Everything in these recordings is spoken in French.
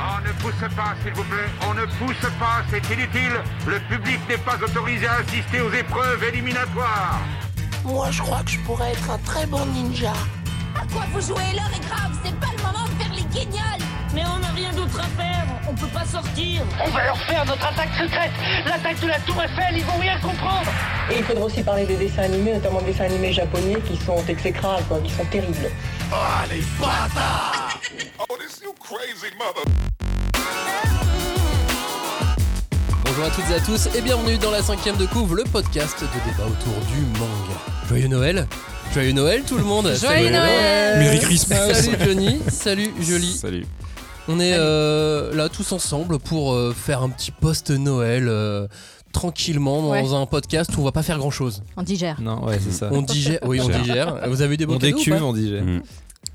Ah, pousse pas, s'il vous plaît. On ne pousse pas, c'est inutile. Le public n'est pas autorisé à assister aux épreuves éliminatoires. Moi, je crois que je pourrais être un très bon ninja. À quoi vous jouez L'heure est grave, c'est pas le moment de faire les guignols Mais on n'a rien d'autre à faire, on peut pas sortir On va leur faire notre attaque secrète L'attaque de la Tour Eiffel, ils vont rien comprendre Et il faudra aussi parler des dessins animés, notamment des dessins animés japonais qui sont exécrables, quoi, qui sont terribles. Oh, les bâtards Oh, this you crazy mother Bonjour à toutes et à tous et bienvenue dans la cinquième de couvre, le podcast de débat autour du manga. Joyeux Noël Joyeux Noël tout le monde Ah, Joyeux Noël Merry Christmas Salut Johnny, salut Jolie Salut On est euh, là tous ensemble pour euh, faire un petit post-Noël euh, tranquillement dans Ouais. un podcast où on va pas faire grand chose. On digère. Non, ouais, c'est ça. On digère, oui on Gère. digère. Vous avez eu des beaux On cadeaux ou décuve, pas on digère. Mm.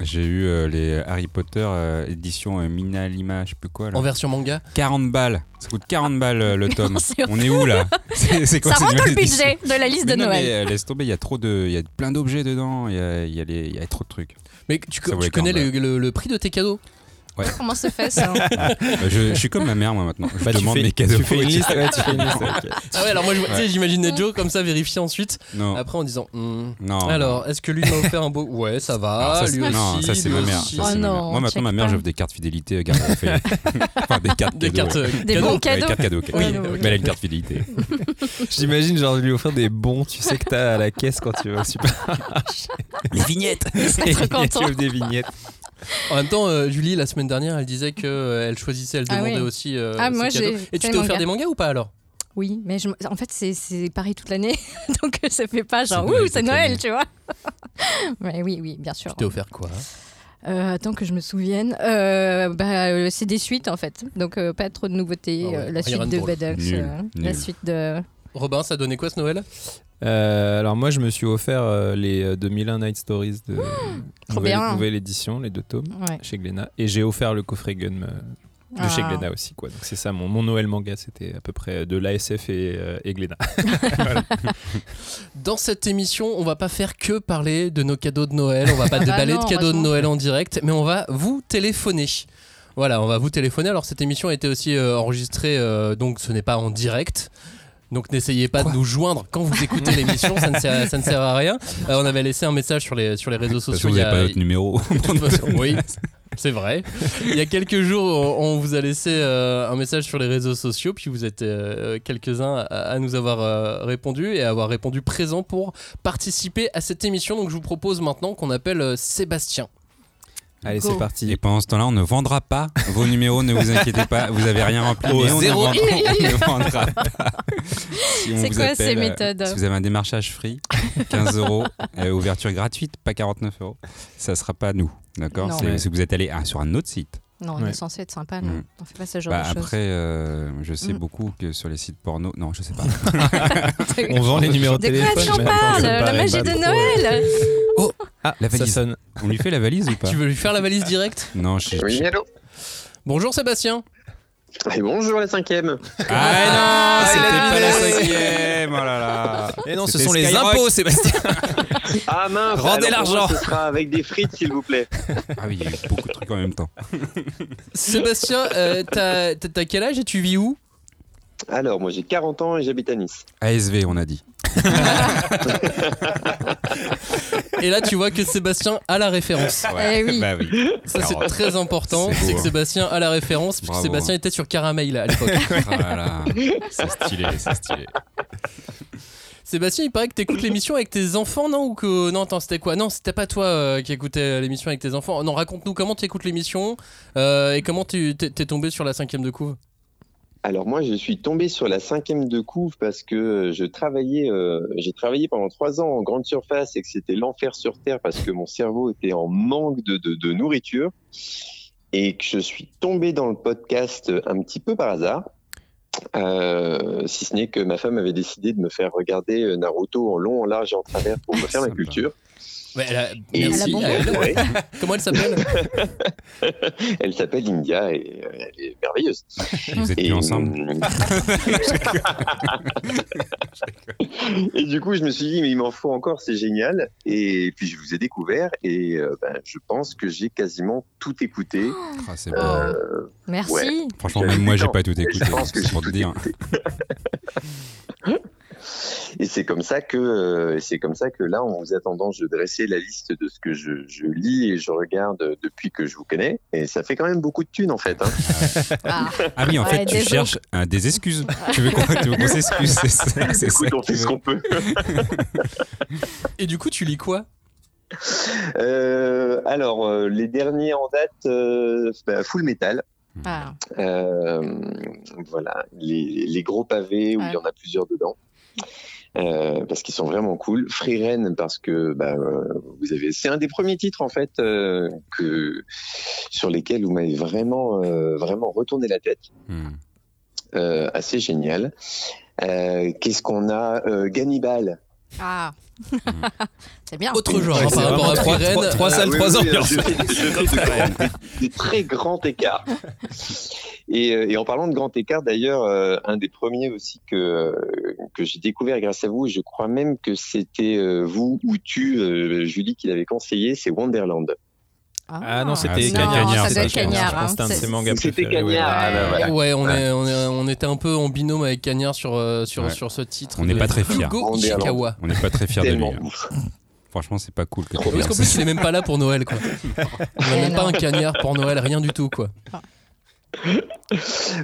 J'ai eu euh, les Harry Potter euh, édition euh, Mina Lima, je sais plus quoi. Là. En version manga 40 balles. Ça coûte 40 balles euh, le tome. c'est On est où là C'est c'est Ça cette rentre dans le nouvelle édition budget de la liste Mais de non, mais, Noël. euh, laisse tomber, il y a trop de, il y a plein d'objets dedans, il y a, il y a les- il y a trop de trucs. Mais tu, Ça tu voulait connais le, 40 le- le prix de tes cadeaux Comment se fait ça Euh, je, je suis comme ma mère moi maintenant. Je Bah, tu demande fais- mes cadeaux. Tu fais une etc. liste, ouais, tu fais une liste. ok. Ah ouais alors moi je- tu sais, Ouais. j'imagine Joe comme ça vérifier ensuite Non, après en disant hmm, Oh, non. Alors, est-ce que lui m'a offert un beau Ouais, ça Alors, va, ça, c'est- lui non, aussi. ça c'est lui ma mère. aussi. ça, c'est Oh ma mère. non, Moi maintenant ma check mère pas. j'offre des cartes fidélité, euh, garde à feuille. enfin des cartes Des cadeaux. cartes ouais. euh, Des cadeaux. bons Ouais, cadeaux. cartes cadeaux. cadeaux. Oui, Oui, oui. mais elle a une carte fidélité. J'imagine genre lui offrir des bons, tu sais que t'as à la caisse quand tu vas au super. Les vignettes. Il trop content. y a des vignettes. En même temps, euh, Julie, la semaine dernière, elle disait que euh, elle choisissait, elle Ah demandait oui. aussi. euh, Ah, ses moi, cadeaux. j'ai Et tu fait t'es offert manga. des mangas ou pas alors Oui, mais je- en fait, c'est- c'est pareil toute l'année. Donc euh, ça fait pas genre, C'est Noël ouh, c'est toute l'année. Noël, tu vois. Mais oui, oui, bien sûr. Tu t'es offert quoi Euh, attends que je me souvienne. Euh, bah, euh, c'est des suites, en fait. Donc euh, pas trop de nouveautés. Ah ouais. Euh, la, Iron suite de Ball. Vedox, Nul, euh, la nul. suite de Robin, ça donnait quoi ce Noël Euh, alors moi je me suis offert euh, les euh, 2001 Night Stories de Trop nouvelle, bien. nouvelle édition, les deux tomes Ouais. chez Glénat. Et j'ai offert le coffret Gun euh, de chez Ah. Glénat aussi quoi. Donc c'est ça mon, mon Noël manga, c'était à peu près de l'ASF et, euh, et Glénat. Dans cette émission, on va pas faire que parler de nos cadeaux de Noël, on va pas bah déballer non, de cadeaux de heureusement. Noël en direct, mais on va vous téléphoner. Voilà, on va vous téléphoner. Alors cette émission a été aussi euh, enregistrée, euh, donc ce n'est pas en direct. Donc n'essayez pas de nous joindre quand vous écoutez l'émission, ça, ne sert- ça ne sert à rien. Euh, on avait laissé un message sur les, sur les réseaux Parce que sociaux. vous il y n'avez a- pas votre numéro. De toute façon, oui, c'est vrai. Il y a quelques jours, on on vous a laissé euh, un message sur les réseaux sociaux, puis vous êtes euh, quelques-uns à, à nous avoir euh, répondu et à avoir répondu présent pour participer à cette émission. Donc je vous propose maintenant qu'on appelle euh, Sébastien. Allez Go. c'est parti. Et pendant ce temps-là, on ne vendra pas vos numéros, ne vous inquiétez pas, vous avez rien rempli. mais on, ne zéro. vendra, on ne vendra pas. Si on C'est vous quoi ces appelle, euh, méthodes Si vous avez un démarchage free, 15 euros, euh, ouverture gratuite, pas 49 euros, ça ne sera pas nous. D'accord Non. C'est- Si vous êtes allé ah, sur un autre site, Non, on est Ouais. censé être sympa, non Mm. On fait pas ce genre bah, de choses. Mm. après, euh, je sais beaucoup que sur les sites porno, non, je sais pas. On vend les numéros de De téléphone. quoi tu en mais attends, parles je me La barre, magie bah, de trop, Noël Ah, La ça valise. sonne. on lui fait la valise ou pas Tu veux lui faire la valise directe Non, je Oui, allô Bonjour Sébastien. Et bonjour les cinquièmes Ah non, c'était il a pas la deviné. cinquième, oh là là. Et non, ce C'était sont les Skyrock. impôts, Sébastien. Ah mince Rendez alors pour moi, l'argent. Ce sera avec des frites s'il vous plaît. Ah oui, il y a eu beaucoup de trucs en même temps. Sébastien, euh, t'as t'as- t'as quel âge et tu vis où Alors moi j'ai 40 ans et j'habite à Nice. ASV, on a dit. Et là, tu vois que Sébastien a la référence. Eh oui. Bah oui. Ça, c'est Carotte. très important. C'est beau, C'est que hein. Sébastien a la référence, puisque Bravo, Sébastien hein. était sur Caramel à l'époque. Ah là là, c'est stylé, c'est stylé. Sébastien, il paraît que t'écoutes l'émission avec tes enfants, non Ou que non, attends, c'était quoi Non, c'était pas toi euh, qui écoutais euh, l'émission avec tes enfants. Non, raconte-nous comment tu écoutes l'émission euh, et comment tu t'es t'es tombé sur la cinquième de couve. Alors moi je suis tombé sur la cinquième de couve parce que je travaillais, euh, j'ai travaillé pendant trois ans en grande surface et que c'était l'enfer sur terre parce que mon cerveau était en manque de, de, de nourriture et que je suis tombé dans le podcast euh, un petit peu par hasard. Euh, si ce n'est euh, que ma femme avait décidé de me faire regarder Naruto en long, en large et en travers pour me faire ma Sympa. culture. Ouais, elle a- Et merci, si- elle- Ouais. Comment elle s'appelle Elle s'appelle India et euh, elle est merveilleuse. Vous êtes Et- plus ensemble euh, et du coup, je me suis dit, mais il m'en faut encore, c'est génial. Et puis, je vous ai découvert et euh, ben, je pense que j'ai quasiment tout écouté. beau. Euh, Merci. ouais. Ah, Franchement, même moi, j'ai pas tout écouté. Je pense que C'est pour te dire. Et c'est comme ça que euh, c'est comme ça que là, en vous attendant, je dressais la liste de ce que je, je lis et je regarde depuis que je vous connais. Et ça fait quand même beaucoup de thunes en fait. hein. Ah oui, en Ouais, fait, tu désolé. cherches un des excuses. tu veux qu'on tu veux qu'on s'excuse, c'est ça. c'est Écoute, ça on que tu fait ce veux. qu'on peut. Et du coup, tu lis quoi Euh, alors, euh, les derniers en date, euh, bah, Full Metal. Ah. Euh, voilà, les, les gros pavés où il y en a plusieurs dedans. Euh, parce qu'ils sont vraiment cool. Free Ren parce que bah, euh, vous avez, c'est un des premiers titres en fait euh, que sur lesquels vous m'avez vraiment euh, vraiment retourné la tête. Hmm. Euh, assez génial. Euh, Qu'est-ce qu'on a euh, Gannibal. Ah. c'est bien. Autre genre, Ah. Ouais, hein, c'est par rapport à vraiment trois- Pirène. trois- trois Ah, salles, oui, trois oui, ans. oui, Je fais- je fais de grands- des très grands écarts. Et, euh, et en parlant de grands écarts, d'ailleurs, euh, un des premiers aussi que, euh, que j'ai découvert grâce à vous, je crois même que c'était euh, vous ou tu, euh, Julie, qui l'avait conseillé, c'est Wonderland. Ah non, c'était c'est Cagnard. c'était Cagnard, ça doit être Cagnard, Je pense que c'était un de hein. ses mangas C'était préférés, ouais. Cagnard, ah bah voilà. Ouais, on, Ouais. Est, on, est- on était un peu en binôme avec Cagnard sur, euh, sur, Ouais. sur ce titre. On n'est de pas très fiers. Hugo Ishikawa. On n'est pas très fiers de lui. Tellement. hein. Franchement, c'est pas cool que tu Parce qu'en plus, il est même pas là pour Noël, quoi. On n'a Eh même pas non. un Cagnard pour Noël, rien du tout, quoi.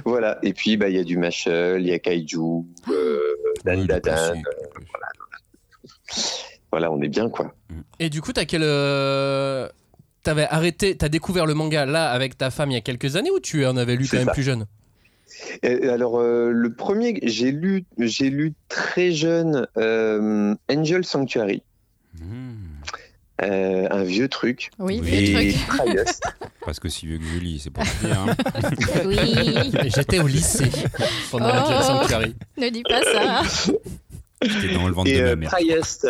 Voilà. Et puis, bah, il y a du Machel, il y a Kaiju, Ah euh, Dan Dadan. euh, voilà. voilà, on est bien, quoi. Et du coup, t'as quel. euh, T'avais arrêté, t'as découvert le manga là avec ta femme il y a quelques années ou tu en avais lu quand C'est même ça. plus jeune Et alors, euh, le premier, que j'ai lu, j'ai lu très jeune euh, Angel Sanctuary. Hmm. Euh, un vieux truc. Oui, Et vieux truc. Traios. Parce que si vieux que Julie, c'est pour te dire. hein. Oui. J'étais au lycée pendant Oh. Angel Sanctuary. Ne dis pas ça. hein. J'étais dans le ventre Et de euh, ma mère. Priest.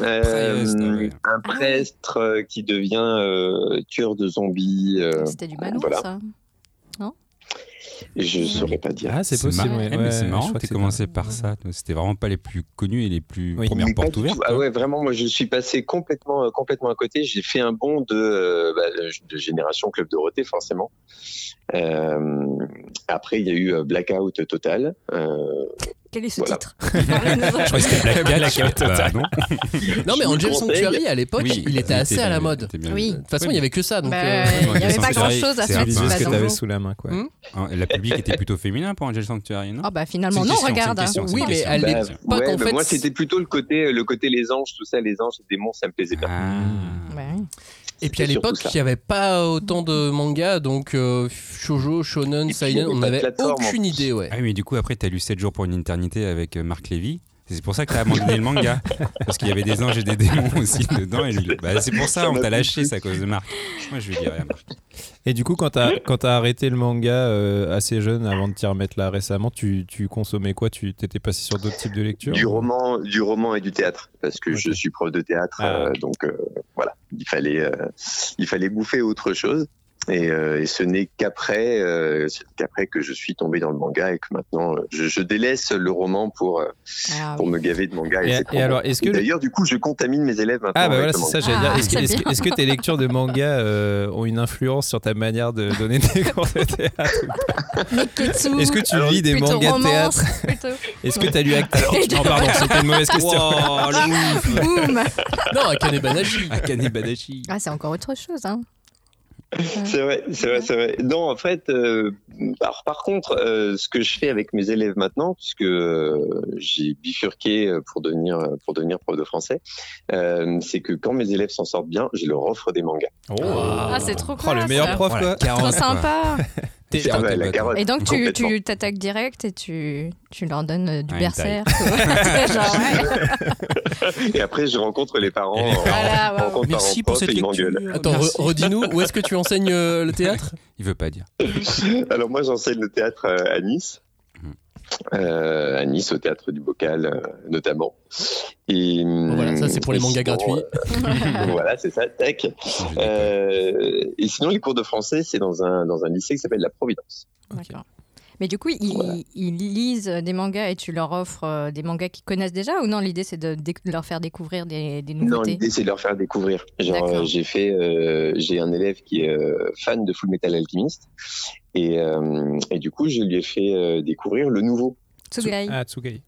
Euh, Priest, ah ouais. Un prêtre euh, qui devient euh, tueur de zombies. euh, C'était du manoir, voilà. ça. Je saurais pas dire. Ah, c'est possible, marrant. ouais. Eh, mais Ouais, c'est je marrant crois que que t'aies c'est commencé par ça. toi. C'était vraiment pas les plus connus et les plus Mais premières pas portes du tout. ouvertes. Ah ouais, vraiment, moi je suis passé complètement, euh, complètement à côté. J'ai fait un bond de, euh, bah, de génération Club Dorothée, forcément. Euh, après, il y a eu euh, Blackout Total. Euh, Quel est ce Voilà. titre Je crois que c'était Black Cat. Bah, non. Non, mais Je vous Angel conseille. Sanctuary à l'époque, Oui, il il était était assez à la bien, mode. il était bien. Oui. De toute façon, Oui. il n'y avait que ça. Donc, Bah, euh, il n'y avait Angel pas grand Sanctuary, chose à c'est faire. un visuel pas ce que dans t'avais le sous la main, quoi. Hmm Ah, La public était plutôt féminin pour Angel Sanctuary, non Ah bah finalement C'est une non, question, regarde. c'est une question, hein. Oui, c'est une mais question. elle bah, est- pas ouais, qu'en bah, fait- moi c'était plutôt le côté, euh, le côté les anges, tout ça, les anges, les démons, ça me plaisait pas. Ah. Ouais, oui. Et puis à C'était surtout l'époque, ça. il n'y avait pas autant de mangas, donc euh, shoujo, shonen, Et puis, il y seinen, avait on pas de n'avait plateforme, en aucune plus. idée, ouais. Ah oui, mais du coup, après, t'as lu 7 jours pour une éternité avec euh, Marc Lévy. C'est pour ça que t'as abandonné le manga. Parce qu'il y avait des anges et des démons aussi dedans. et lui- bah, c'est pour ça, on t'a lâché, c'est à cause de Marc. Moi, je lui dirais à Marc. Et du coup, quand t'as quand t'as arrêté le manga euh, assez jeune, avant de t'y remettre là récemment, tu, tu consommais quoi Tu t'étais passé sur d'autres types de lectures Du roman, du roman et du théâtre, parce que je suis prof de théâtre, Ah. euh, donc euh, voilà, il fallait, euh, il fallait bouffer autre chose. Et, euh, et ce n'est qu'après, euh, c'est qu'après que je suis tombé dans le manga et que maintenant euh, je, je délaisse le roman pour euh, Ah, pour me gaver de manga. Et- c'est et trop alors, bon. est-ce que Et le- d'ailleurs du coup je contamine mes élèves maintenant Ah bah voilà, avec le c'est ça, manga. j'allais dire. Ah, Est-ce que, c'est est-ce que- bien. est-ce que tes lectures de manga euh, ont une influence sur ta manière de donner des cours de théâtre ou pas Mais Ketsu, Est-ce que tu lis des plutôt mangas de romance, théâtre plutôt. Est-ce que t'as lu Acta Et de- Non, pardon, c'était une mauvaise question. Boum Non, Akane Banashi. Akane Badashi. Ah, c'est encore autre chose. Hein. C'est vrai, c'est vrai, c'est vrai. Non, en fait, euh, alors, par contre, euh, ce que je fais avec mes élèves maintenant, puisque euh, j'ai bifurqué euh, pour devenir euh, pour devenir prof de français, euh, c'est que quand mes élèves s'en sortent bien, je leur offre des mangas. Ah, c'est trop Oh, cool. le meilleur prof, hein. Oh, quoi. la carotte, Trop Oh. quoi. sympa. T'es- C'est t'es- vrai, t'es Ah bah, la bonne. carotte. Et donc tu Complètement. tu t'attaques direct et tu, tu leur donnes euh, du Ah, une berserk. ouais. Genre, ouais. Et après, je rencontre les parents. en- Voilà, en ouais, ouais. rencontre Merci pour parents cette prof et ils lecture. m'engueulent. Attends, re- Merci. redis-nous, où est-ce que tu enseignes euh, le théâtre Il veut pas dire. Mmh. Alors moi, j'enseigne le théâtre euh, à Nice. euh, à Nice, au théâtre du Bocal euh, notamment. Et, voilà, ça c'est pour les et mangas sinon, gratuits. euh, voilà, c'est ça, tac. Euh, et sinon, les cours de français, c'est dans un, dans un lycée qui s'appelle La Providence. D'accord. Mais du coup, ils, ils lisent des mangas et tu leur offres euh, des mangas qu'ils connaissent déjà ou non L'idée, c'est de, déc- leur faire découvrir des, des Non, nouveautés. l'idée c'est de leur faire découvrir. Genre, D'accord. euh, j'ai fait, euh, j'ai un élève qui est euh, fan de Full Metal Alchemist, et, euh, et du coup, je lui ai fait euh, découvrir le nouveau. Tsugai. Ah, Tsugai.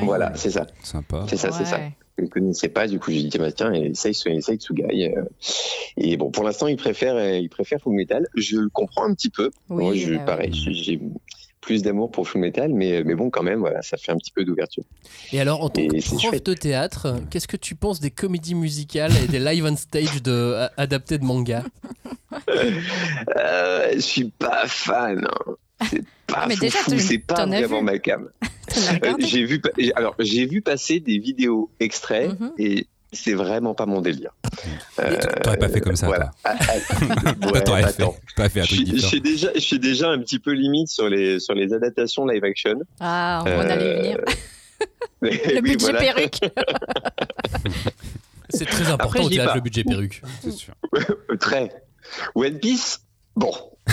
Voilà, c'est ça. Sympa. C'est ça, c'est ça. Ouais. Je ne connaissais pas, du coup, j'ai dit, tiens, bah, tiens, essaye, ce- essaye Tsugai. euh. Et bon, pour l'instant, il préfère, euh, il préfère Full Metal. Je le comprends un petit peu. Oui, Moi, je, bah oui. pareil, j'ai- j'ai plus d'amour pour Full Metal, mais, mais bon, quand même, voilà, ça fait un petit peu d'ouverture. Et alors, en tant Et que c'est prof chouette. de théâtre, qu'est-ce que tu penses des comédies musicales et des live on stage de, a- adaptés de mangas Euh, je suis pas fan. hein. C'est pas Ah, mais déjà, foufou, tu- c'est pas t'en as vraiment vu. ma cam. T'en as regardé Euh, j'ai vu, pa- j'ai- alors j'ai vu passer des vidéos extraits Mhm. et c'est vraiment pas mon délire. T'aurais pas fait comme ça, voilà. toi. Toi, Ouais, t'aurais fait, attends. t'aurais fait un Je truc suis- je différent. suis déjà, je suis déjà un petit peu limite sur les sur les adaptations live action. Euh, Ah, on en allait venir. Le Le budget perruque. C'est très important Après, au je dis théâtre, pas. le budget perruque. Euh, Très. One Piece, bon.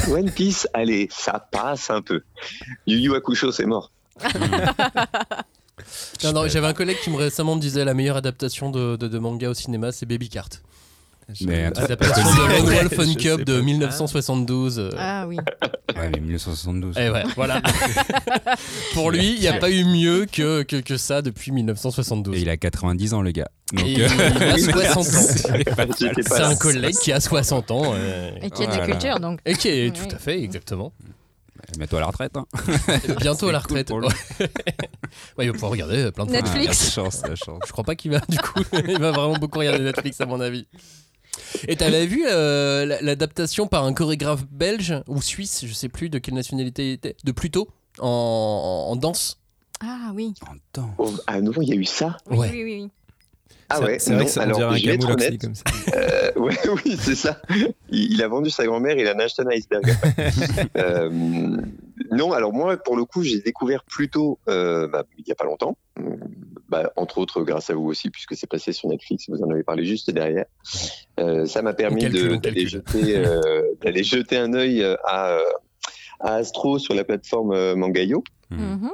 One Piece, allez, ça passe un peu. Yu Yu Hakusho, c'est mort. Non, non, J'avais un collègue qui me récemment me disait la meilleure adaptation de, de, de manga au cinéma, c'est Baby Cart. Mais un truc- Adaptation de Lone Wolf Je on sais Cub de pas. 1972. euh, Ah oui. Ouais, mais 1972. Eh, Et Eh ouais, voilà. Pour lui, il n'y a pas eu mieux que, que, que ça depuis oh. 1972. Et il a 90 ans, le gars. Donc, Et il euh, a 60 c'est pas ans. mal. C'est un collègue qui a 60 ans. euh, Et qui a de la Voilà. culture, donc. Et qui est Oui. tout à fait, exactement. Mets-toi à la retraite. Hein. Ah, Bientôt à la retraite. Ouais, il va pouvoir regarder euh, plein de trucs. Netflix. Ah, la chance, la chance. Je crois pas qu'il va, du coup, il va vraiment beaucoup regarder Netflix, à mon avis. Et t'avais vu euh, la- l'adaptation par un chorégraphe belge ou suisse, je sais plus de quelle nationalité il était, de Pluto, en, en danse Ah oui. Oh, ah non, il y a eu ça Oui, Ouais. oui, oui. oui. Ah Ça- ouais, c'est vrai non, que ça, on alors, dirait un je vais être camoulox, honnête. comme ça. Euh, ouais, oui, c'est ça. Il, il a vendu sa grand-mère, il a acheté un iceberg. Euh, non, alors moi, pour le coup, j'ai découvert plutôt euh, bah, il n'y a pas longtemps, euh, bah, entre autres grâce à vous aussi, puisque c'est passé sur Netflix, vous en avez parlé juste derrière. Euh, ça m'a permis calcule, de- on d'aller calcule. jeter, euh, d'aller jeter un œil euh, à, euh, à Astro sur la plateforme euh, Mangayo. Hmm. Mm. Mhm.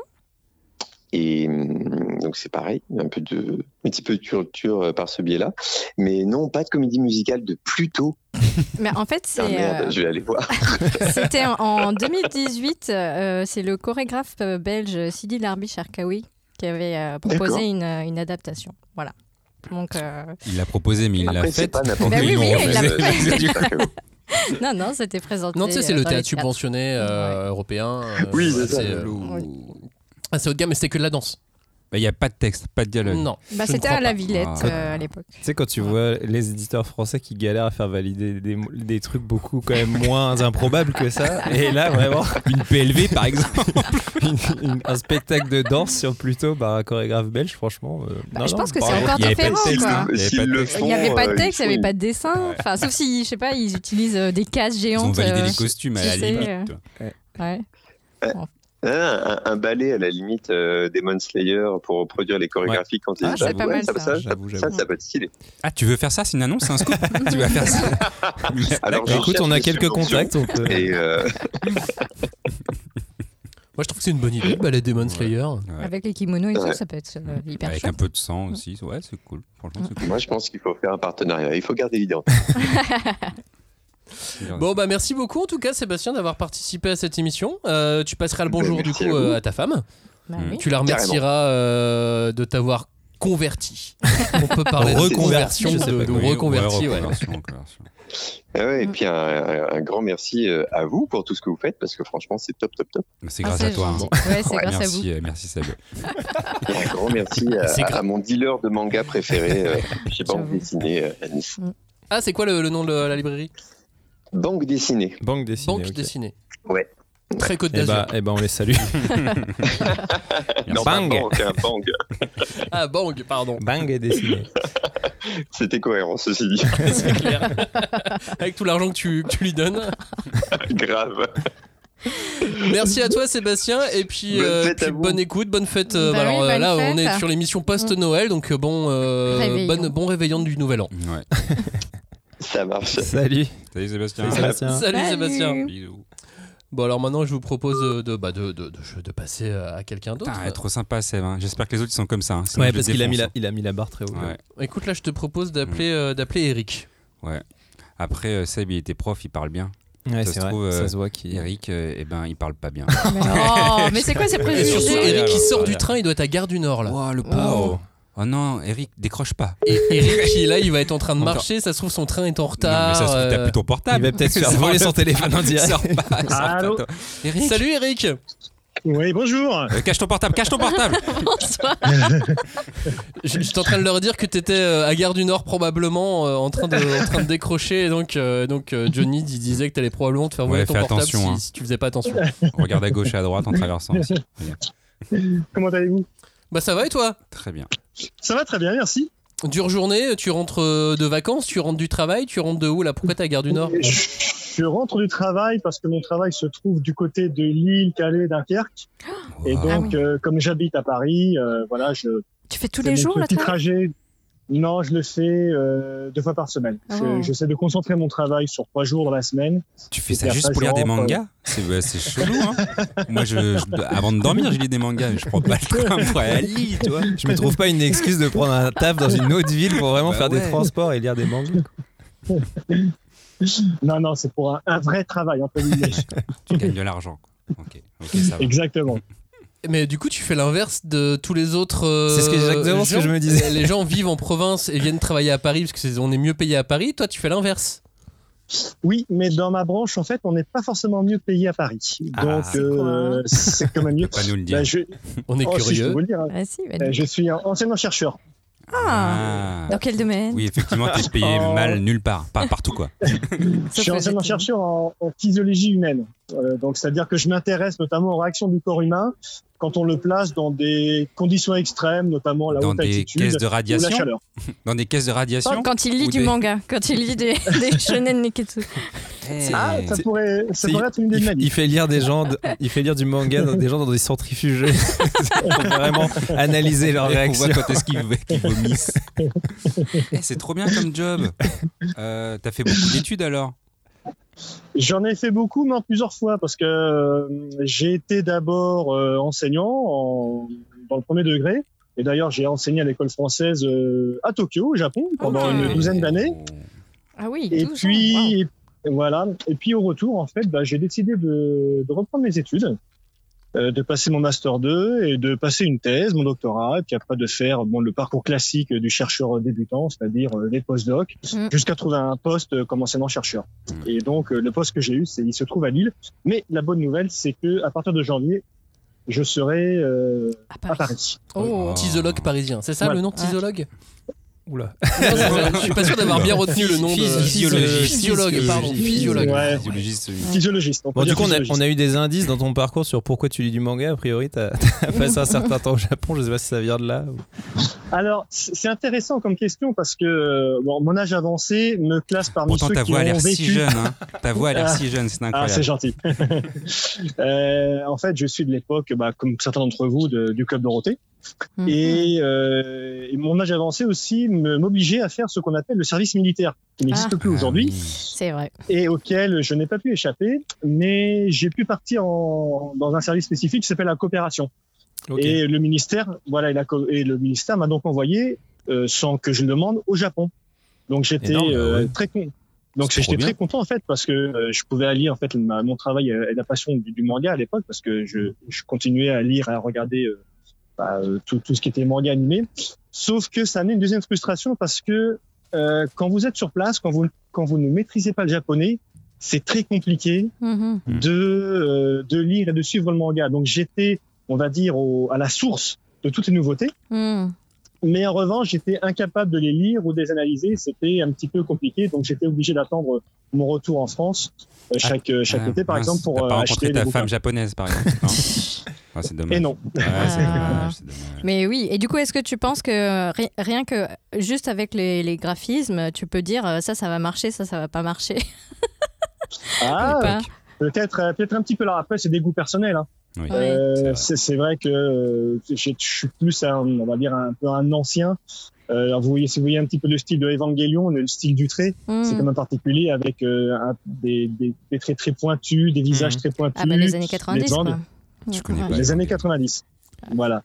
Et hum, donc c'est pareil, un peu de, un petit peu de culture euh, par ce biais-là. Mais non, pas de comédie musicale de Pluto. Mais en fait, c'est. Ah merde, euh, je vais aller voir. C'était en, en 2018. euh, c'est le chorégraphe euh, belge Sidi Larbi Sharkawi qui avait euh, D'accord. proposé une, euh, une adaptation. Voilà. Donc, euh, Il l'a proposé, mais il l'a Après, c'est fait. pas n'importe Bah qui. oui, Ils oui, l'ont il l'a refusé. fait. Du coup, non, non, c'était présenté. Non, tu sais, c'est euh, le dans les théâtres. théâtre subventionné euh, européen. euh, Oui, voilà, c'est ça. euh, Oui. assez haut de gamme, mais c'était que de la danse. Bah, Il n'y a pas de texte, pas de dialogue. Non. Bah, je ne c'était crois à la pas. Villette Ah. euh, à l'époque. Tu sais, quand tu vois les éditeurs français qui galèrent à faire valider des, des trucs beaucoup quand même moins improbables que ça, et là vraiment, Une PLV, par exemple. une- une- un spectacle de danse sur Pluto par un chorégraphe belge, franchement. euh, Bah, non, je non, pense que bravo. c'est encore Il y avait pas de différent. texte, quoi. hein. Il y avait S'ils pas de le texte. Il n'y avait font, pas euh, de texte, il n'y ils avait font pas de dessin. Enfin, sauf si, je sais pas, ils utilisent euh, des cases Ils ont géantes. validé euh, les costumes à tu la sais, limite. euh, tu vois. ouais. Ah, un, un ballet à la limite euh, Demon Slayer pour reproduire les chorégraphies quand Ah, c'est pas mal, ça, ça. ça, J'avoue, ça, j'avoue. ça peut être stylé. Ah, tu veux faire ça C'est une annonce C'est un scoop Tu vas faire ça Alors, Bah, je écoute, on a cherche des quelques contacts, subventions on peut. Et euh, Moi, je trouve que c'est une bonne idée, bah, les Demon Slayer. Ouais. Avec les kimonos et Ouais. tout, ça peut être euh, hyper Avec un chouette. peu de sang aussi. Ouais, c'est cool. Franchement, c'est cool. moi, je pense qu'il faut faire un partenariat. Il faut garder l'idée. en tête. Bon, bah, merci beaucoup, en tout cas, Sébastien, d'avoir participé à cette émission. Euh, tu passeras le Ben, bonjour, du merci coup, à vous. euh, à ta femme. Bah Mm. oui. Tu la remercieras euh, de t'avoir converti. On peut parler de Reconverti, conversion je sais de, pas. de Oui, reconverti, ouais, ouais. reconversion, reconversion. Ah Mm. ouais, et puis un, un- un grand merci euh, à vous pour tout ce que vous faites parce que franchement, c'est top, top, top. Mais C'est Ah, grâce à c'est toi. hein. gentil. Ouais, c'est grâce à vous. Merci, euh, merci Seb. Et un grand merci à, C'est grave. à mon dealer de manga préféré. euh, je sais pas, J'avoue. banque dessinée euh, à Nice. Ah, c'est quoi le, le nom de la librairie Banque dessinée. Banque dessinée. Banque ok. dessinée. Ouais. Très Côte Eh d'Azur. bah, eh bah, on les salue. Non, pas Bang. banque, hein, banque. Ah, Bang, pardon. Bang est dessiné. C'était cohérent, ceci dit. C'est clair. Avec tout l'argent que tu, que tu lui donnes. Grave. Merci à toi Sébastien et puis, Bonne euh, fête à puis vous. bonne écoute, bonne fête. euh, Bah bah oui, alors euh, bonne là fête. on Mm. est sur l'émission post Noël donc euh, bon euh, Réveillon. bonne bon réveillon du nouvel an. Ça marche. Salut. Salut Sébastien. Salut Sébastien. Salut, Salut. Sébastien. Bon alors maintenant je vous propose euh, de bah, de, de, de- de passer euh, à quelqu'un d'autre. Putain, trop sympa Seb. hein. J'espère que les autres ils sont comme ça. hein. Sinon, Ouais, je parce les qu'il a mis défonce, la- il a mis la barre très haut. hein. Mm. Ouais. Écoute là je te propose d'appeler euh, d'appeler Eric. Ouais. Après, euh, Seb, il était prof, il parle bien. Ouais, ça c'est se vrai, trouve, ça se voit Eric, euh, eh ben, il parle pas bien. Mais non, mais c'est quoi ces préjugés Et surtout Eric qui sort du Voilà. train il doit être à Gare du Nord là. Oh le pauvre. Oh non, Eric, décroche pas. Et Eric qui là il va être en train de Encore. marcher ça se trouve son train est en Non, retard. mais ça se trouve, t'as euh, plus ton portable. il va peut-être se faire Sors- voler son téléphone en direct. Sors pas, sors pas, Allô toi. Salut Eric Oui, bonjour. Euh, cache ton portable, cache ton portable. Je- J'étais en train de leur dire que t'étais euh, à Gare du Nord probablement euh, en, train de, en train de décrocher et donc, euh, donc euh, Johnny il disait que t'allais probablement te faire voler Ouais, ton fais portable attention, si, hein. si tu faisais pas attention. Regarde à gauche et à droite en traversant. aussi. Bien. Comment allez-vous Bah ça va et toi Très bien. Ça va très bien, merci. Dure journée, tu rentres euh, de vacances, tu rentres du travail, tu rentres de où là Pourquoi t'es à Gare du Nord Je rentre du travail parce que mon travail se trouve du côté de Lille, Calais, Dunkerque. Et donc, euh, comme j'habite à Paris, euh, voilà, je. Tu fais tous je les fais jours, ce le petit travail trajet. Non, je le fais euh, deux fois par semaine. Ah Je- bon. J'essaie de concentrer mon travail sur trois jours dans la semaine. Tu fais ça juste pour lire des euh, mangas C'est bah, c'est chelou. Hein Moi, je, je- avant de dormir, je lis des mangas. mais Je prends pas le train pour aller à Lille, tu vois. Je me trouve pas une excuse de prendre un taf dans une autre ville pour vraiment Bah faire des ouais. transports et lire des mangas. Non, non, c'est pour un, un vrai travail, entre guillemets. Tu gagnes de l'argent. quoi. Ok, ok, ça va. Exactement. Mais du coup, tu fais l'inverse de tous les autres. euh, C'est ce que- exactement ce que gens. je me disais. Les gens vivent en province et viennent travailler à Paris parce que c'est- on est mieux payé à Paris. Toi, tu fais l'inverse. Oui, mais dans ma branche, en fait, on n'est pas forcément mieux payé à Paris. Ah, Donc, c'est euh, c'est quand même mieux. pas nous le dire. Bah, je- On est Oh, si, je peux curieux. vous le dire, hein. Ah si, bah, Euh, je suis un- enseignant chercheur. Ah. Dans quel domaine Oui, effectivement, t'es payé Oh. mal nulle part. Pas partout, quoi. Je suis enseignant chercheur en, en physiologie humaine. Euh, donc, c'est-à-dire que je m'intéresse notamment aux réactions du corps humain quand on le place dans des conditions extrêmes, notamment Oh, la Dans haute des altitude caisses de ou la radiation. chaleur. Dans des caisses de radiation. Quand il lit Ou du des- manga, quand il lit des, des shonen Neketsu. Eh. Ah, ça C'est- pourrait, ça c'est- pourrait être une idée de il, ma vie. il fait lire des gens, de- il fait lire du manga dans des gens dans des centrifugés. Pour vraiment analyser leurs Et qu'on voit réactions. quand est-ce qu'ils qu'ils vomissent. Eh, c'est trop bien comme job. Euh, T'as fait beaucoup d'études alors J'en ai fait beaucoup, mais en plusieurs fois, parce que euh, j'ai été d'abord euh, enseignant en- dans le premier degré. Et d'ailleurs, j'ai enseigné à l'école française euh, à Tokyo, au Japon, pendant une douzaine d'années. Ah oui, Et 12 puis, ans. wow. et- voilà. Et puis, au retour, en fait, bah, j'ai décidé de, de reprendre mes études, euh, de passer mon master 2 et de passer une thèse, mon doctorat, et puis après de faire bon, le parcours classique du chercheur débutant, c'est-à-dire euh, les postdocs, Mm. jusqu'à trouver un poste euh, comme enseignant chercheur. Et donc, euh, le poste que j'ai eu, c'est il se trouve à Lille. Mais la bonne nouvelle, c'est que à partir de janvier, je serai euh, à Paris. Oh. Tisologue parisien, c'est ça Ouais. le nom tisologue Oula. Non, c'est vrai, Je suis pas sûr d'avoir bien retenu le nom de Phys- physiologue. Physiologue, pardon. Physiologue. Ouais. Physiologiste. oui. Physiologiste. on peut Bon, du dire coup, on a, physiologiste. on a eu des indices dans ton parcours sur pourquoi tu lis du manga. A priori, t'as t'as passé un certain temps au Japon. Je sais pas si ça vient de là. ou- Alors, c- c'est intéressant comme question parce que euh, bon, mon âge avancé me classe parmi Pourtant, ceux ta qui voix a ont l'air si vécu. jeune. hein. Ta voix a l'air si jeune, c'est Ah, incroyable. c'est gentil. Euh, en fait, je suis de l'époque, bah, comme certains d'entre vous, de- du club Dorothée. Et, euh, et mon âge avancé aussi me- m'obligeait à faire ce qu'on appelle le service militaire, qui n'existe plus Ah, aujourd'hui C'est vrai. et auquel je n'ai pas pu échapper, mais j'ai pu partir en- dans un service spécifique qui s'appelle la coopération. Ok. Et le ministère, voilà, et, la co- et le ministère m'a donc envoyé, euh, sans que je le demande, au Japon. Donc j'étais Énorme, euh, ouais. très con. Donc C'est trop j'étais bien. très content en fait parce que euh, je pouvais allier en fait ma- mon travail et la passion du, du manga à l'époque parce que je, je continuais à lire et à regarder euh, bah, euh, tout, tout ce qui était manga animé. Sauf que ça amenait une deuxième frustration parce que euh, quand vous êtes sur place, quand vous, quand vous ne maîtrisez pas le japonais, c'est très compliqué Mhm. de, euh, de lire et de suivre le manga. Donc j'étais, on va dire, au- à la source de toutes les nouveautés. Hmm. Mais en revanche, j'étais incapable de les lire ou de les analyser. C'était un petit peu compliqué. Donc j'étais obligé d'attendre mon retour en France euh, chaque, euh, chaque Ah, été, par mince, exemple, pour T'as pas euh, rencontré acheter ta des femme bouquins. japonaise, par exemple. Non. Ah, c'est dommage. Et non. Ouais, Ah. c'est dommage. c'est dommage. Mais oui, et du coup, est-ce que tu penses que euh, ri- rien que juste avec les, les graphismes, tu peux dire euh, ça, ça va marcher, ça, ça va pas marcher Ah, Ou pas Peut-être, euh, peut-être un petit peu là. Après, c'est des goûts personnels. hein. Oui. Euh, c'est c'est vrai que euh, je je suis plus, un, on va dire, un peu un ancien. Euh, alors vous voyez, si vous voyez un petit peu le style de Evangelion, le style du trait, Mm. c'est quand même particulier avec euh, un- des, des, des traits très pointus, des Hmm. visages très pointus. Ah bah les années des 90 bandes. quoi. Ouais, ouais. Les années 90. Voilà.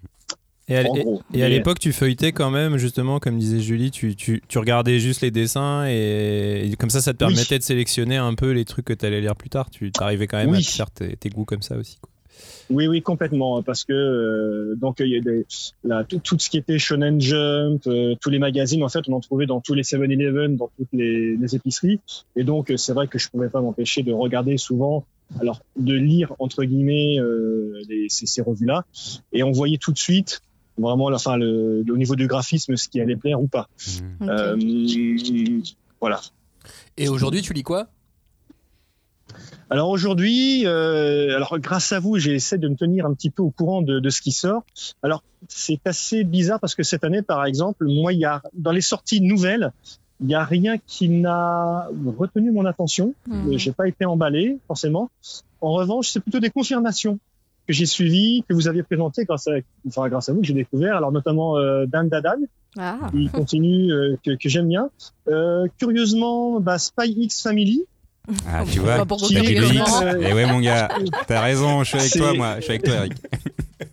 Et à, En et- gros. et à Mais- l'époque, tu feuilletais quand même, justement, comme disait Julie, tu, tu, tu regardais juste les dessins et, et comme ça, ça te Oui. permettait de sélectionner un peu les trucs que tu allais lire plus tard. Tu arrivais quand même à Oui. te faire tes, tes goûts comme ça aussi. quoi. Oui, oui, complètement, parce que euh, donc il y a des, là, tout, tout ce qui était Shonen Jump, euh, tous les magazines, en fait, on en trouvait dans tous les 7-Eleven, dans toutes les, les épiceries, et donc euh, c'est vrai que je pouvais pas m'empêcher de regarder souvent, alors de lire entre guillemets euh, les- ces, ces revues-là, et on voyait tout de suite vraiment, la- enfin, le, au niveau du graphisme, ce qui allait plaire ou pas. Euh, voilà. Et aujourd'hui, tu lis quoi Alors aujourd'hui, euh, alors grâce à vous, j'essaie de me tenir un petit peu au courant de, de ce qui sort. Alors c'est assez bizarre parce que cette année, par exemple, moi, il y a dans les sorties nouvelles, il n'y a rien qui n'a retenu mon attention. Mhm. Euh, J'ai pas été emballé forcément. En revanche, c'est plutôt des confirmations que j'ai suivies, que vous aviez présentées grâce à, enfin grâce à vous, que j'ai découvert. Alors notamment euh, Dan Dadan, Ah. qui continue, euh, que, que j'aime bien. Euh, curieusement, bah, Spy X Family. Ah, tu vois, Bah, pourquoi t'as pas dit le également, X. euh, Eh ouais, mon gars, t'as raison, je suis avec C'est- toi, moi. Je suis avec toi, Eric.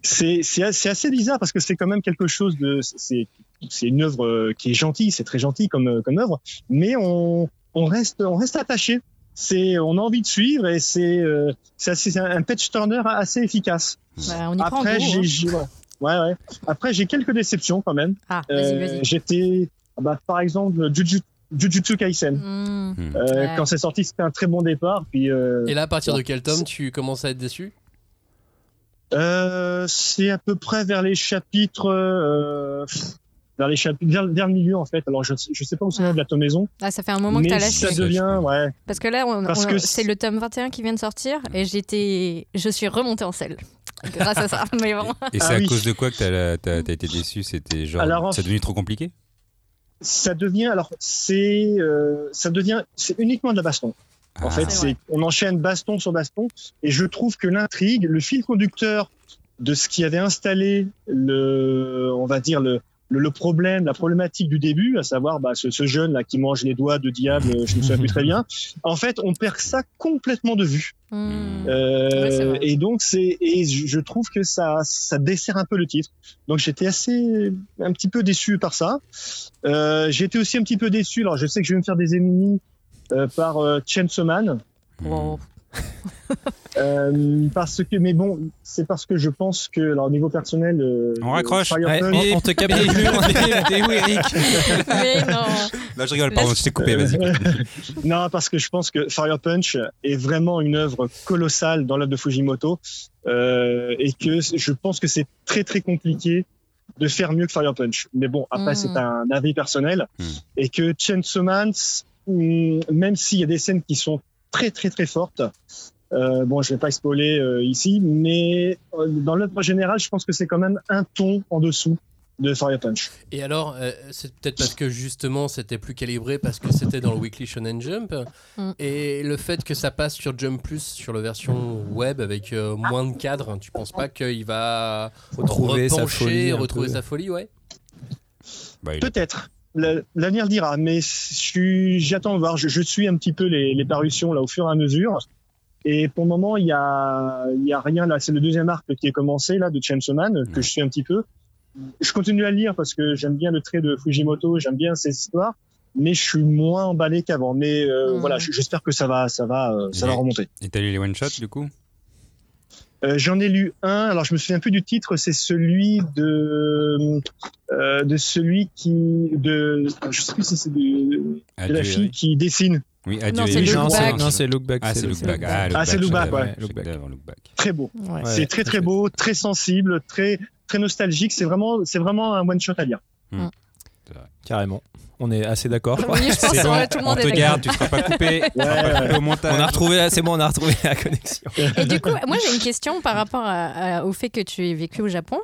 c'est c'est as- c'est assez bizarre parce que c'est quand même quelque chose de c'est c'est une œuvre euh, qui est gentille, c'est très gentil comme euh, comme œuvre, mais on on reste on reste attaché. C'est on a envie de suivre et c'est euh, c'est assez- c'est un patch turner assez efficace. Bah, on y prend Après goût, j'ai hein. j'ai- ouais, ouais, ouais. Après j'ai quelques déceptions quand même. Ah, vas-y, Euh, vas-y. J'étais bah, par exemple Jujutsu, Jujutsu Kaisen. Hmm. Euh, Ouais. Quand c'est sorti, c'était un très bon départ. Puis euh, Et là, à partir de quel c'est- tome tu commences à être déçu Euh, c'est à peu près vers les chapitres, euh, pff, vers les chapitres, vers, vers le milieu en fait. Alors je, je sais pas où c'est le nom de la tomaison. Ah, ça fait un moment que mais t'as ça lâché. devient, ouais. Parce que là, on- Parce on- que c'est le tome 21 qui vient de sortir et j'étais, je suis remontée en selle grâce à ça. Mais vraiment. Et c'est à cause de quoi que t'as la- t'as t'as été déçu C'était genre. Ah Alors, en C'est devenu trop compliqué Ça devient, alors c'est, euh, ça devient, c'est uniquement de la baston. En Ah. fait, C'est vrai. c'est, on enchaîne baston sur baston, et je trouve que l'intrigue, le fil conducteur de ce qui avait installé le, on va dire le, le, le problème, la problématique du début, à savoir bah, ce, ce jeune là qui mange les doigts de diable, je me souviens plus très bien. En fait, on perd ça complètement de vue. Hmm. Euh, Ouais, c'est vrai. et donc c'est et je je trouve que ça ça dessert un peu le titre. Donc j'étais assez un petit peu déçu par ça. Euh, j'étais aussi un petit peu déçu. Alors je sais que je vais me faire des ennemis euh, par euh, Chainsaw Man. Euh, parce que mais bon c'est parce que je pense que alors au niveau personnel euh, On raccroche. Fire Ouais, Punch- on- on te capte Mais- plus, on est- t'es où, Eric Mais non. Non, je rigole, pardon, je t'ai coupé, vas-y. non, parce que je pense que Fire Punch est vraiment une œuvre colossale dans l'œuvre de Fujimoto euh, et que c- je pense que c'est très très compliqué de faire mieux que Fire Punch. Mais bon, après Mm. c'est un avis personnel et que Chainsaw Man, c- mm, même s'il y a des scènes qui sont très très très fortes, euh, bon, je vais pas spoiler euh, ici, mais euh, dans l'œuvre générale, je pense que c'est quand même un ton en dessous de Fire Punch. Et alors, euh, c'est peut-être parce que justement c'était plus calibré parce que c'était dans le Weekly Shonen Jump Mm. et le fait que ça passe sur Jump Plus sur la version web avec euh, moins de cadres, hein, tu penses pas qu'il va Retrouver sa repencher, folie un retrouver peu. sa folie, ouais Peut-être. La- L'avenir le dira, mais je suis- j'attends de voir. Je, je suis un petit peu les, les parutions là au fur et à mesure. Et pour le moment, il y a, il y a rien là. C'est le deuxième arc qui est commencé là de Chainsaw Man que je suis un petit peu. Je continue à le lire parce que j'aime bien le trait de Fujimoto, j'aime bien ses histoires, mais je suis moins emballé qu'avant. Mais euh, Mm. voilà, j- j'espère que ça va, ça va, euh, ça va remonter. Et t'as lu les one-shots, du coup Euh, J'en ai lu un. Alors je me souviens plus du titre. C'est celui de euh, de celui qui de je sais plus si c'est de, de Adieu, la fille Eric. qui dessine. Oui, Non, Adieu, c'est Eric. Look Non, c'est- Back. non, c'est Look Back, Ah, c'est c'est Look Look Back. Back. Ah, Ah, c'est Look Back, chef-d'œuvre, ouais. chef-d'œuvre, Look Back. Très beau. Ouais. C'est très très beau, très sensible, très très nostalgique. C'est vraiment c'est vraiment un one shot à lire. Carrément. On est assez d'accord. Oui, je pense C'est que bon, tout le monde on est te d'accord. garde, tu seras pas coupé. tu seras pas Ouais. coupé au montage. On a retrouvé, la- c'est bon, on a retrouvé la connexion. Et du coup, moi j'ai une question par rapport à- à- au fait que tu aies vécu au Japon.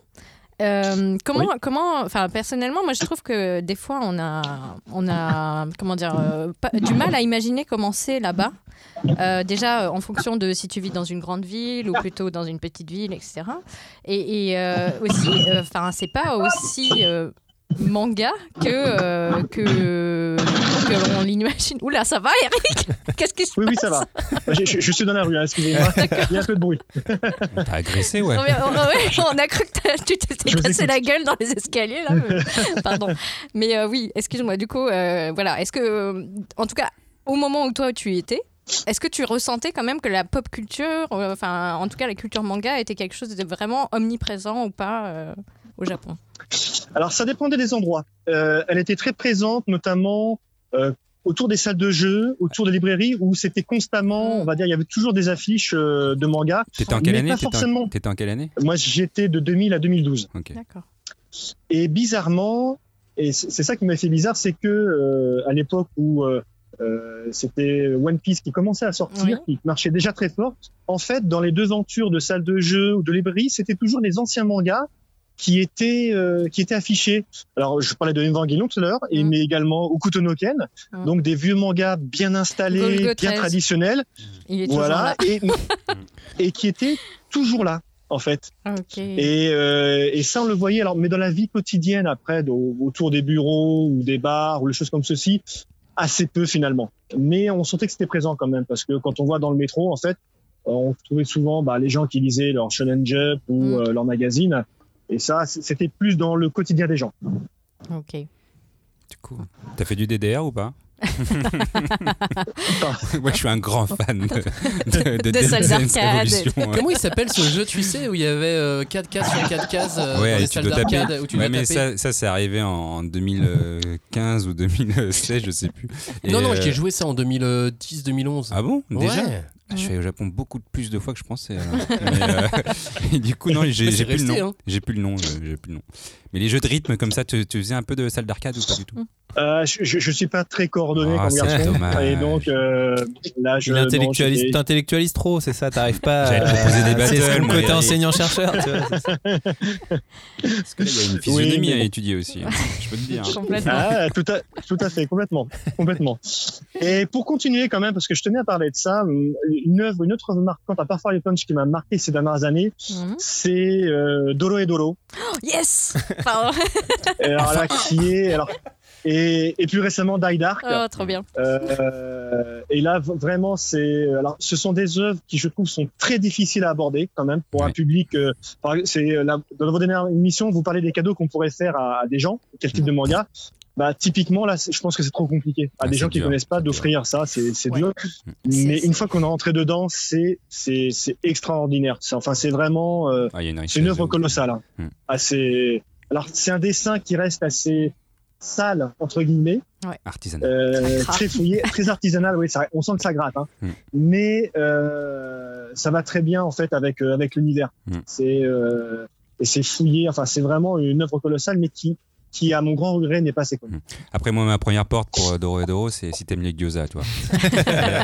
Euh, comment, comment, enfin, personnellement, moi, je trouve que des fois, on a, on a, comment dire, euh, pas- du mal à imaginer comment c'est là-bas. Euh, déjà, euh, en fonction de si tu vis dans une grande ville ou plutôt dans une petite ville, etc. Et, et, euh, aussi, euh, enfin, c'est pas aussi euh, manga que euh, que que l'on l'imagine. Oula, ça va, Eric Qu'est-ce qui se Oui, oui, ça va. je, je- je suis dans la rue, hein, excusez-moi. Il y a un peu de bruit. T'as agressé, ouais. Non, mais on, ouais, on a cru que t'as- tu t'étais Je vous cassé écoute. la gueule dans les escaliers là. mais- Pardon. Mais euh, oui, excuse-moi. Du coup, euh, voilà. Est-ce que, euh, en tout cas, au moment où toi tu y étais, est-ce que tu ressentais quand même que la pop culture, euh, enfin, en tout cas la culture manga, était quelque chose de vraiment omniprésent ou pas euh, au Japon Alors, ça dépendait des endroits. Euh, elle était très présente, notamment euh, autour des salles de jeu, autour des librairies, où c'était Mm. constamment, on va dire, il y avait toujours des affiches euh, de manga. T'étais en quelle mais année pas T'étais en- forcément. T'étais en quelle année Moi, j'étais de 2000 à 2012. D'accord. Et bizarrement, et c'est c'est ça qui m'a fait bizarre, c'est que euh, à l'époque où euh, euh, c'était One Piece qui commençait à sortir, qui marchait déjà très fort, en fait, dans les devantures de salles de jeu ou de librairies, c'était toujours les anciens mangas qui étaient euh, qui étaient affichés. Alors, je parlais de Evangelion tout à l'heure, et mais également Okuto no Ken, Mm. donc des vieux mangas bien installés, Golgo bien 13. traditionnels, Il est voilà, toujours là. et, et qui étaient toujours là, en fait. Ok. Et, euh, et ça, on le voyait. Alors, mais dans la vie quotidienne, après, au- autour des bureaux ou des bars ou des choses comme ceci, assez peu finalement. Mais on sentait que c'était présent quand même, parce que quand on voit dans le métro, en fait, euh, on trouvait souvent bah, les gens qui lisaient leur Shonen Jump ou euh, leur magazine. Et ça, c- c'était plus dans le quotidien des gens. Ok. T'as fait du DDR ou pas Moi, je suis un grand fan de, de, De de Dance salles Dance d'arcade. Revolution, ouais. Comment il s'appelle ce jeu, tu sais, où il y avait 4 cases sur 4 cases euh, Ouais, dans et les tu salles dois taper. d'arcade où tu ouais, dois mais taper ça, ça c'est arrivé en 2015 ou 2016, je sais plus. Et, Non, non, euh, j'ai joué ça en 2010-2011. Ah bon Déjà Ouais. Ah, Je suis allé au Japon beaucoup plus de fois que je pensais. alors. Mais, euh, et du coup, non, Mais j'ai c'est j'ai plus, resté, le nom. hein. J'ai plus le nom. euh, J'ai plus le nom. Mais les jeux de rythme comme ça, tu, tu faisais un peu de salle d'arcade ou pas du tout Euh, je, je, je suis pas très coordonné Ah, comme c'est garçon. dommage. Et donc, euh, là, je. Il intellectualise- non, j'étais- t'intellectualise trop, c'est ça, t'arrives pas J'allais te proposer des c'est battles, son mais- côté enseignant-chercheur, tu vois. Parce que là, il y a une Oui, mais physionomie à bon. étudier aussi. hein. Je peux te dire. hein. Ah, tout, à, tout à fait, complètement. complètement. Et pour continuer quand même, parce que je tenais à parler de ça, euh, une œuvre, une autre œuvre marquante, à part Fire Punch qui m'a marqué ces dernières années, c'est euh, Doro et Doro. Oh, Mm. yes. Pardon. Euh, Alors là, qui est. Alors, et, et plus récemment, Die Dark. Oh, trop bien. Euh, et là, v- vraiment, c'est. Alors, ce sont des œuvres qui, je trouve, sont très difficiles à aborder quand même pour un public. euh, par- c'est euh, la- dans votre dernière émission, vous parlez des cadeaux qu'on pourrait faire à, à des gens. Quel type de manga Bah, typiquement, là, c'est- je pense que c'est trop compliqué à Ah, des c'est gens qui dur. connaissent pas d'offrir ça. C'est c'est dur. Mais une fois qu'on est rentré dedans, c'est c'est c'est extraordinaire. C'est- Enfin, c'est vraiment. euh, Ah, il y a une c'est une richesse. œuvre colossale. hein. Hmm. Assez. Alors, c'est un dessin qui reste assez sale entre guillemets. Artisanale. Euh, Ça gratte. très fouillé, très artisanal. Oui, ça- on sent que ça gratte, hein. Mm. mais euh, ça va très bien en fait avec euh, avec l'univers. Mm. C'est euh, et c'est fouillé. Enfin, c'est vraiment une œuvre colossale, mais qui qui à mon grand regret n'est pas assez connue. Après, moi, ma première porte pour euh, Doro et Doro, c'est si t'aimes les gyoza, Euh, tu vois.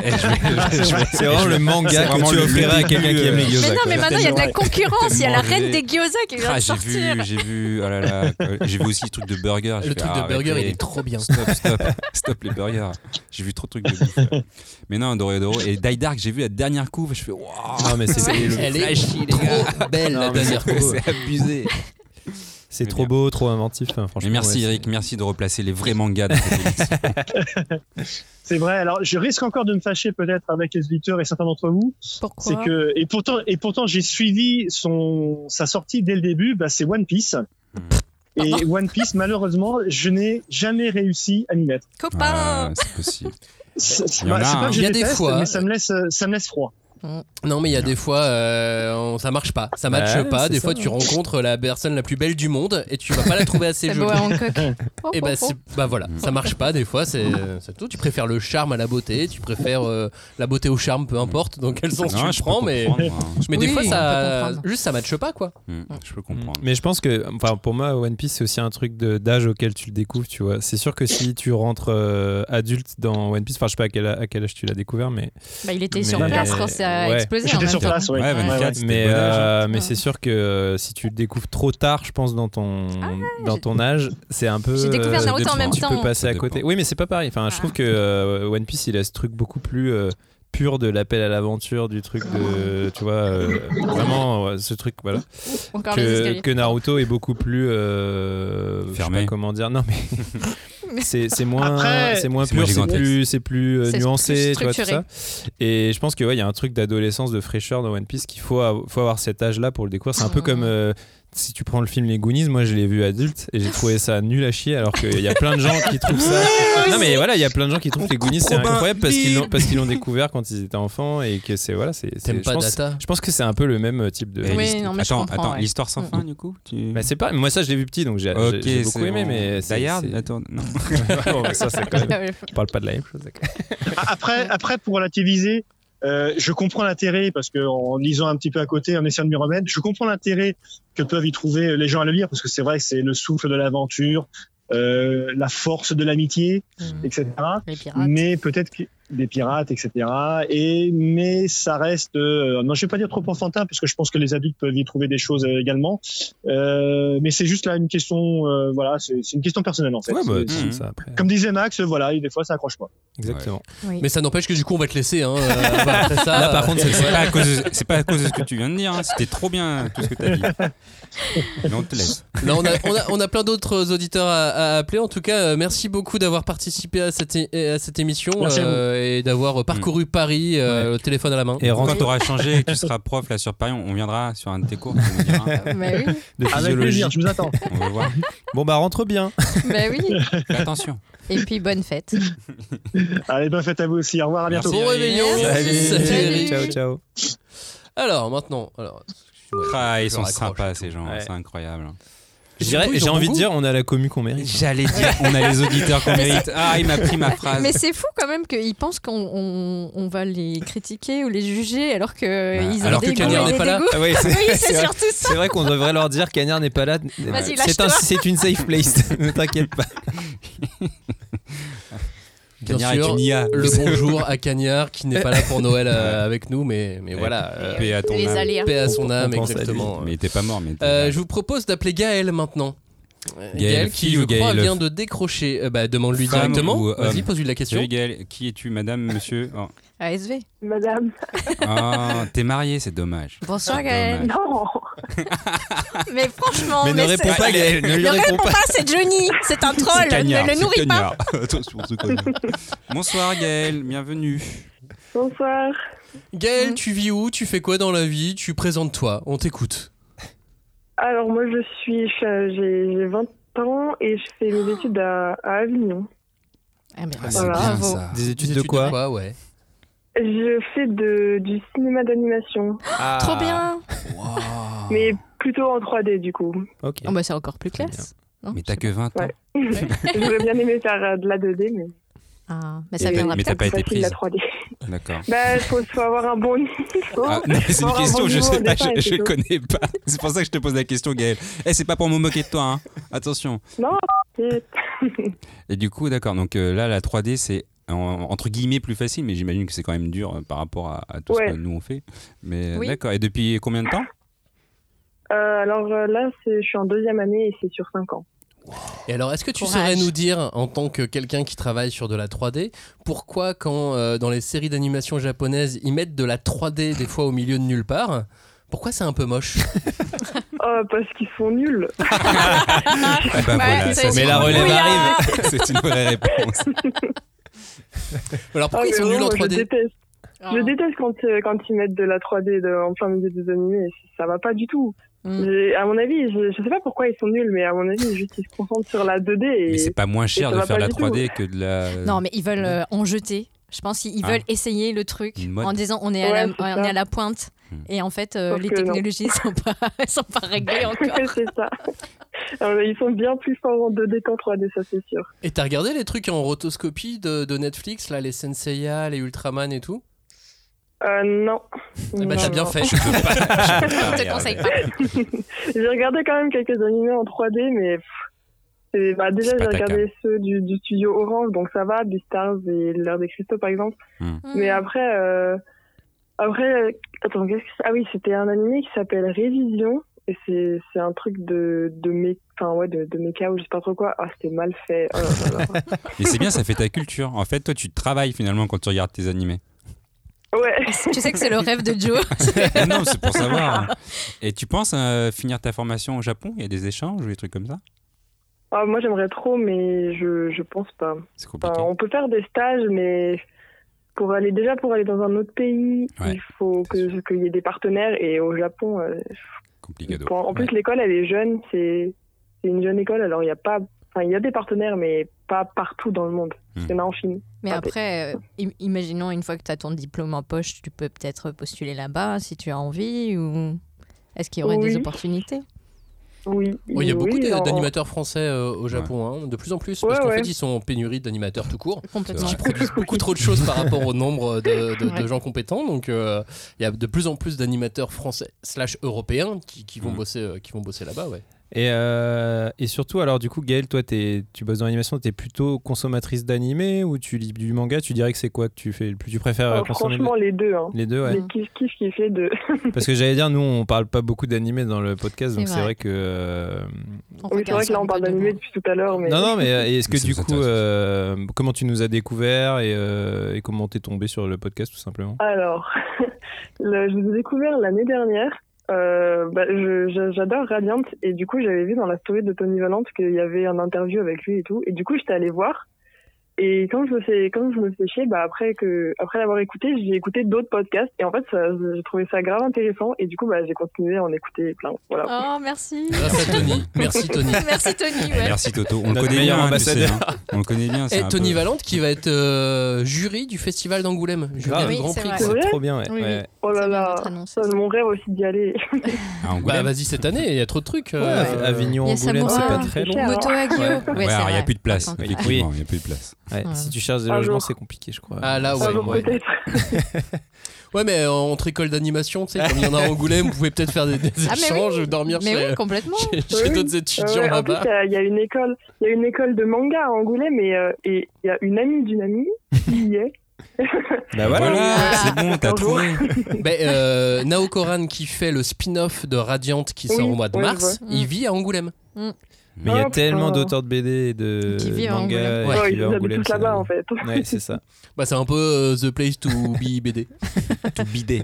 C'est vraiment le manga que tu offriras à quelqu'un qui aime les gyoza, Mais non, mais maintenant Ah, il y a de la concurrence. Il y a la Tellement reine enlevé. des gyoza qui vient Ah, de j'ai sortir. vu, j'ai vu, oh là là, euh, j'ai vu aussi le truc de burger. j'ai Le fait, truc de ah, burger, arrêtez. il est trop bien. Stop, stop, stop les burgers. J'ai vu trop de trucs de bouffe. Mais non, Doro et Doro. Et Die Dark, j'ai vu la dernière couve, je fais waouh. Non, mais c'est- le Elle est flashy, les gars. belle, la Non, mais dernière c'est- couve. C'est abusé. C'est trop beau, trop inventif, hein, franchement. Mais merci ouais, Eric, merci de replacer les vrais mangas dans cette émission. C'est vrai. Alors, je risque encore de me fâcher peut-être avec les auditeurs et certains d'entre vous. Pourquoi C'est que et pourtant et pourtant j'ai suivi son sa sortie dès le début. Bah, c'est One Piece. Et One Piece, malheureusement, je n'ai jamais réussi à m'y mettre. Ah, c'est possible. C'est- c'est Il y en pas- a, c'est pas hein. que je Il y a des déteste, fois- mais ça me laisse, ça me laisse froid. Non, mais il y a des fois, euh, on- ça marche pas, ça matche Ouais, pas. c'est Des ça. fois, tu rencontres la personne la plus belle du monde et tu vas pas la trouver assez C'est jolie. beau à Hancock. Oh, Et bah, c'est- bah voilà, ça marche pas des fois, c'est c'est tout. Tu préfères le charme à la beauté, tu préfères euh, la beauté au charme, peu importe dans quel sens Non, tu le je peux prends, mais, comprendre, hein. Je mais des peux fois, ça, comprendre. juste ça matche pas quoi. Hmm, Je peux comprendre. Mais je pense que, enfin, pour moi, One Piece, c'est aussi un truc de- d'âge auquel tu le découvres, tu vois. C'est sûr que si tu rentres euh, adulte dans One Piece, enfin, je sais pas à quel, à quel âge tu l'as découvert, mais. Bah, il était mais- sur place quand ça a ouais. explosé. J'étais en sur même place, temps. ouais. Ouais, 24, ouais. c'était Mais, bon âge, euh, hein. mais c'est sûr que euh, si tu le découvres trop tard, je pense dans ton dans ton âge, c'est un peu. Ah J'ai découvert euh, Naruto en tu même peux temps. Ah. passer Ça à côté. Oui, mais c'est pas pareil. Enfin, je trouve que euh, One Piece, il a ce truc beaucoup plus. euh, pur de l'appel à l'aventure du truc de tu vois euh, vraiment ouais, ce truc voilà Encore les que, escaliers. que Naruto est beaucoup plus euh, je sais pas comment dire non mais c'est c'est moins Après- c'est moins C'est moins pur c'est gigantesque. plus c'est plus euh, C'est nuancé plus tu vois tout ça structuré. et je pense que ouais, il y a un truc d'adolescence, de fraîcheur dans One Piece qu'il faut, av- faut avoir cet âge-là pour le découvrir. C'est un peu comme euh, si tu prends le film Les Goonies, moi je l'ai vu adulte et j'ai trouvé ça nul à chier alors qu'il y a plein de gens qui trouvent ça. Non mais voilà, il y a plein de gens qui trouvent que les Goonies c'est Robin incroyable parce qu'ils l'ont Bill. parce qu'ils l'ont découvert quand ils étaient enfants et que c'est voilà, c'est. c'est- T'aimes je pas pense- Data Je pense que c'est un peu le même euh, type de. Et Oui, l'hist- non, mais je attends, comprends, attends, ouais. Mm. l'histoire sans fin, du coup Bah, c'est pas. Moi ça je l'ai vu petit donc j'ai Ok, j'ai- j'ai beaucoup c'est aimé bon. Bah, mais. c'est- Die Hard c'est- Attends, non. Bon, bah, ça c'est quand même. On parle pas de la même chose. d'accord. Après, après pour relativiser, euh, je comprends l'intérêt parce que en lisant un petit peu à côté, en essayant de m'y remettre, je comprends l'intérêt que peuvent y trouver les gens à le lire parce que c'est vrai que c'est le souffle de l'aventure, euh, la force de l'amitié, Mmh. etc. Ah. Mais peut-être que des pirates, etc. Et mais ça reste, euh, non, je vais pas dire trop enfantin parce que je pense que les adultes peuvent y trouver des choses euh, également. Euh, mais c'est juste là une question, euh, voilà, c'est c'est une question personnelle en fait. Ouais, bah, Mm. C'est- attends, Mm. c'est- ça, après. Comme disait Max, voilà, et des fois ça accroche pas. Exactement. Mais ça n'empêche que du coup, on va te laisser. Hein, euh, bah, après ça, Là, Ah, par contre, c'est- c'est ouais. pas, à cause de- c'est pas à cause de ce que tu viens de dire. hein. C'était trop bien tout ce que t'as dit. Mais on te laisse. Là, on a, on a- on a plein d'autres auditeurs à, à appeler. En tout cas, euh, merci beaucoup d'avoir participé à cette, é- à cette émission euh, Merci à vous. et d'avoir Mm. parcouru Paris, euh, le téléphone à la main. Et quand t'auras changé et que tu seras prof là sur Paris, on viendra sur un de tes cours. tu nous diras. Mais Bah oui. De Avec physiologie. plaisir, je vous attends. On va voir. Bon bah rentre bien. Bah oui. Fais attention. Et puis bonne fête. Allez, bonne fête à vous aussi. Au revoir, à bientôt. Bon réveillon. Salut. Salut. Ciao, ciao. Alors maintenant, alors. excuse-moi, Ah, je ils sont raccroche. sympas ces gens, c'est incroyable. Je dirais- Surtout, ils J'ai ont envie bon de goût. dire, on a la commu qu'on mérite. J'allais dire, on a les auditeurs qu'on Mais c'est- mérite. Ah, il m'a pris ma phrase. Mais c'est fou quand même qu'ils pensent qu'on on, on va les critiquer ou les juger alors que ils ont Alors des que goûts Cagnard et n'est des pas là. dégoûts. Ah ouais, oui, c'est vrai- surtout ça. C'est vrai qu'on devrait leur dire Cagnard n'est pas là. Vas-y, C'est un- lâche-toi. c'est une safe place. ne t'inquiète pas. Bien Cagnard sûr, est une IA. le bonjour à Cagnard qui n'est pas là pour Noël euh, avec nous, mais, mais voilà. euh, Paix à ton Les âme. aléas. Paix à son âme, exactement. Mais il était pas mort, mais. Euh, je vous propose d'appeler Gaël maintenant. Euh, Gaël, qui fille je ou Gaël crois vient f- de décrocher. Euh, bah, demande-lui Femme directement. ou Vas-y, homme pose-lui la question. Salut Gaël, qui es-tu, madame, monsieur Oh. ASV. Madame. Ah, t'es mariée, c'est dommage. Bonsoir Gaël. Non. mais franchement, Mais ne c'est- réponds pas, Gaël, ne lui réponds pas. c'est Johnny, c'est un troll, Cagnard, ne Oh, le c'est nourris pas. Cagnard. Attention, c'est Cagnard. Bonsoir Gaël, bienvenue. Bonsoir. Gaël, tu vis où Tu fais quoi dans la vie Tu présentes-toi. On t'écoute. Alors moi je suis, je- j'ai j'ai 20 ans et je fais mes études à, à Avignon. Ah, Voilà. Des études de quoi, ouais. Je fais de, du cinéma d'animation, Trop bien. mais plutôt en 3D du coup. Ok. Oh, bah, c'est encore plus classe. non Mais t'as que 20 ans. Ouais. J'aurais bien aimé faire euh, de la 2D, mais Ah, mais Et ça t'as- viendra mais t'as peut-être pas plus été facile, prise. la D'accord. bah faut, faut avoir un bon niveau. Ah, non, mais c'est Faut une avoir un question, bon je niveau au sais pas, départ, et je, c'est je tout. connais pas. C'est pour ça que je te pose la question, Gaël. Eh, c'est pas pour me moquer de toi, hein. Attention. Non. t'inquiète. Et du coup, d'accord, donc euh, là, la 3D, c'est en- entre guillemets plus facile, mais j'imagine que c'est quand même dur euh, par rapport à, à tout Ouais. ce que nous on fait. Mais euh, Oui. d'accord, et depuis combien de temps Euh, alors euh, là c'est- je suis en deuxième année et c'est sur 5 ans. Et alors, est-ce que tu Courage. saurais nous dire, en tant que quelqu'un qui travaille sur de la 3D, pourquoi quand euh, dans les séries d'animation japonaises ils mettent de la 3D des fois au milieu de nulle part, pourquoi c'est un peu moche Oh parce qu'ils sont nuls. Eh ben voilà, ça, c'est- Mais la relève Brouillard. arrive. C'est une vraie réponse. Alors Ah, pourquoi ils sont mais nuls en vraiment, 3D Je déteste, je déteste quand, euh, quand ils mettent de la 3D de- en plein milieu des animés. c- Ça va pas du tout. J'ai- À mon avis, je, je sais pas pourquoi ils sont nuls, mais à mon avis, juste ils se concentrent sur la 2D. Et, Mais c'est pas moins et cher ça de va faire pas la du tout. 3D que de la. Non, mais ils veulent euh, en jeter. Je pense qu'ils Ah. veulent essayer le truc Une mode. en disant on est, Ouais, à, la, c'est ça. on est à la pointe. Et en fait, euh, Sauf les que non. technologies sont pas, sont pas réglées encore. c'est ça. Alors, ils sont bien plus forts en 2D qu'en 3D, ça c'est sûr. Et t'as regardé les trucs en rotoscopie de, de Netflix, là, les Senseiya, les Ultraman et tout Euh, non. Eh ben, Non, t'as bien non. fait. Je peux pas- je peux Je pas te regarder. conseille pas. j'ai regardé quand même quelques animés en 3D, mais. pff, c'est- bah, déjà, C'est j'ai pas ta regardé ceux du, du studio Hmm. Orange, donc ça va, Beastars et L'heure des cristaux par exemple. Mais après, euh, Après, euh, attends, qu'est-ce que c'est Ah oui, c'était un animé qui s'appelle Révision. Et c'est, c'est un truc de, de, mé... enfin, ouais, de, de méca ou je sais pas trop quoi. Ah, c'était mal fait. Oh là là là. Mais c'est bien, ça fait ta culture. En fait, toi, tu travailles finalement quand tu regardes tes animés. Ouais. Tu sais que c'est le rêve de Joe. Ah non, c'est pour savoir. Et tu penses euh, finir ta formation au Japon Il y a des échanges ou des trucs comme ça Ah, moi, j'aimerais trop, mais je, je pense pas. Bah, Enfin, on peut faire des stages, mais pour aller déjà pour aller dans un autre pays, Ouais, il faut que qu'il y ait des partenaires. Et au Japon, euh, Complicado. pour- en plus l'école elle est jeune, c'est c'est une jeune école, alors il y a pas, enfin il y a des partenaires, mais pas partout dans le monde. Il y en a en Chine. Mais Ah, après, euh, im- imaginons une fois que tu as ton diplôme en poche, tu peux peut-être postuler là-bas si tu as envie ou est-ce qu'il y aurait des Oui. opportunités Oui. Oui, il y a beaucoup Oui, d'a- en- d'animateurs français euh, au Japon, hein, de plus en plus, parce Ouais, qu'en ouais. fait, ils sont en pénurie d'animateurs tout court. Complètement. Ils produisent beaucoup trop de choses par rapport au nombre de, de- de Ouais. gens compétents. Donc, euh, il y a de plus en plus d'animateurs français slash européens qui, qui vont bosser, euh, qui vont bosser là-bas, ouais. Et, euh, et surtout, alors du coup, Gaël, toi, t'es- tu bosses dans l'animation, t'es plutôt consommatrice d'animé ou tu lis du manga Tu dirais que c'est quoi que tu fais le plus Tu préfères euh, Alors, consommer franchement les deux. Hein. Les deux, ouais. Les kiff kiff kiff les deux. Parce que j'allais dire, nous, on parle pas beaucoup d'animé dans le podcast, C'est donc c'est vrai. vrai que. euh, oui, c'est vrai que là on parle d'animé depuis tout à l'heure, mais Non, non, mais euh, est-ce que du coup, euh, comment tu nous as découvert et, euh, et comment t'es tombé sur le podcast tout simplement Alors, le- je vous ai découvert l'année dernière. Euh, bah, je- je- J'adore Radiant et du coup j'avais vu dans la story de Tony Valente qu'il y avait un interview avec lui et tout. Et du coup j'étais allée voir. Et quand je me fais quand je me fais chier, bah après que après l'avoir écouté, j'ai écouté d'autres podcasts et en fait ça- j'ai trouvé ça grave intéressant et du coup bah j'ai continué à en écouter plein. Voilà. Oh, merci. Grâce à Tony. Merci, Tony. merci Tony. Eh, ouais. Merci Toto, on Notre le connaît meilleur bien, hein, tu sais, ambassadeur. hein. on le connaît bien. c'est Et un Tony peu- Valente qui va être euh, jury du festival d'Angoulême, jury Ah Grave. du Oui, Grand c'est Prix. vrai. C'est trop bien, ouais. Oui, oui. Ouais. Oh là là, ça, mon rêve aussi d'y aller. Ah, Bah, vas-y cette année, il y a trop de trucs. euh, Ouais, Avignon, Il y a Angoulême, Samoa, Ah. c'est pas très hein. loin. Moto hein. Hagio. Ouais, Ouais, Ouais, alors, il n'y a plus de place, effectivement, Oui. il n'y a plus de place. Ouais, si tu cherches des Un logements, jour. c'est compliqué, je crois. Ah là, ouais. ouais. Ouais, mais entre écoles d'animation, tu sais, comme il y en a à Angoulême, vous pouvez peut-être faire des, des Ah, mais échanges oui. ou dormir Mais chez, oui, complètement. chez, chez Oui, d'autres oui. étudiants Ouais, en là-bas. plus, euh, il y a une école, il y a une école de manga à Angoulême et euh, et il y a une amie d'une amie qui y est. Bah voilà, c'est bon, Ah. t'as trouvé. Mais euh, Nao Koran qui fait le spin-off de Radiant qui Oui, sort au mois de ouais, je mars, vois. Mm. il vit à Angoulême. Mais il y a Hop, tellement euh, d'auteurs de BD et de Qui vivent à mangas Angoulême. et Ouais, Ah, qui ils vivent à habitent Angoulême. tous c'est là-bas, dingue. en fait. Ouais, c'est ça. Bah, c'est un peu euh, The Place to Be BD. to BD.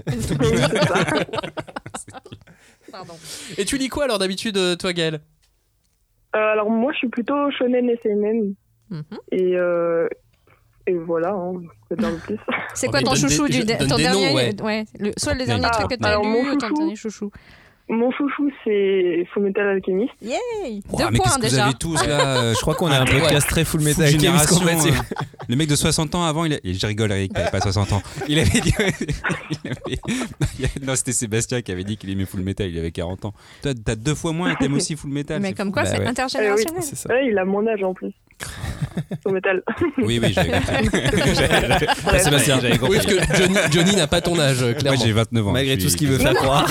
Pardon. Et tu lis quoi alors d'habitude, euh, toi Gaël Euh, alors moi, je suis plutôt shonen et seinen. Et euh, et voilà, hein, que dire de plus. C'est quoi ton chouchou du de- ton dernier ouais, le- soit le dernier Ah, truc que tu as alors, mon lu ou ton chouchou. dernier chouchou. Mon chouchou, c'est Fullmetal Alchemist. Yay Ouah, Deux Oh, mais points qu'est-ce que vous déjà. avez tous là euh, Je crois Ah, qu'on a un ouais. podcast très full metal Full Alchemist, en fait, génération, c'est- euh, Le mec de 60 ans avant, il a... et je rigole Eric, t'avais pas 60 ans. Il avait dit. il avait- il avait- Non, c'était Sébastien qui avait dit qu'il aimait full metal, il avait 40 ans. Toi, t'as deux fois moins et t'aimes aussi full metal. Mais comme quoi, Bah c'est ouais. intergénérationnel. Eh oui. Ouais, il a mon âge en plus. Fullmetal. Oui, oui, j'avais compris. J'avais- Ah, Sébastien, j'avais compris. Oui, parce que Johnny, Johnny n'a pas ton âge, euh, clairement. Moi j'ai 29 ans. Malgré Je tout suis- ce qu'il veut faire croire.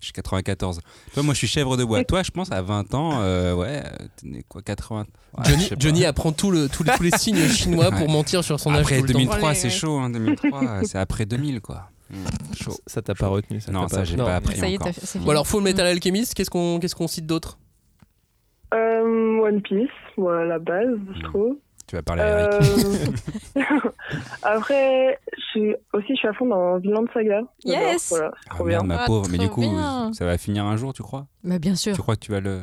je suis 94. Toi, moi je suis chèvre de bois. Toi, je pense à 20 ans, euh, ouais, euh, t'es quoi, 80. Ah, Ouais, je Johnny, sais pas. Johnny apprend tout le, tout le- tous les signes chinois pour Ouais. mentir sur son âge. Après tout le temps. 2003, c'est chaud, hein, 2003, c'est après 2000, quoi. Mm, Chaud. Ça t'a pas retenu ça Non, t'a ça, pas j'ai retenu. pas appris Ça y est, encore. t'as fait- c'est fini. Bon, alors, Full Metal Alchemist, qu'est-ce qu'on qu'est-ce qu'on cite d'autre Euh, One Piece, voilà la base, Mm. je trouve. Tu vas parler Bah, à Eric. Euh, Après, je suis aussi je suis à fond dans Vinland Saga. J'adore, Yes. voilà, c'est Ah trop merde, bien. ma Ah, pauvre, mais du trop coup, bien. ça va finir un jour, tu crois Mais Bah, bien sûr. Tu crois que tu vas le.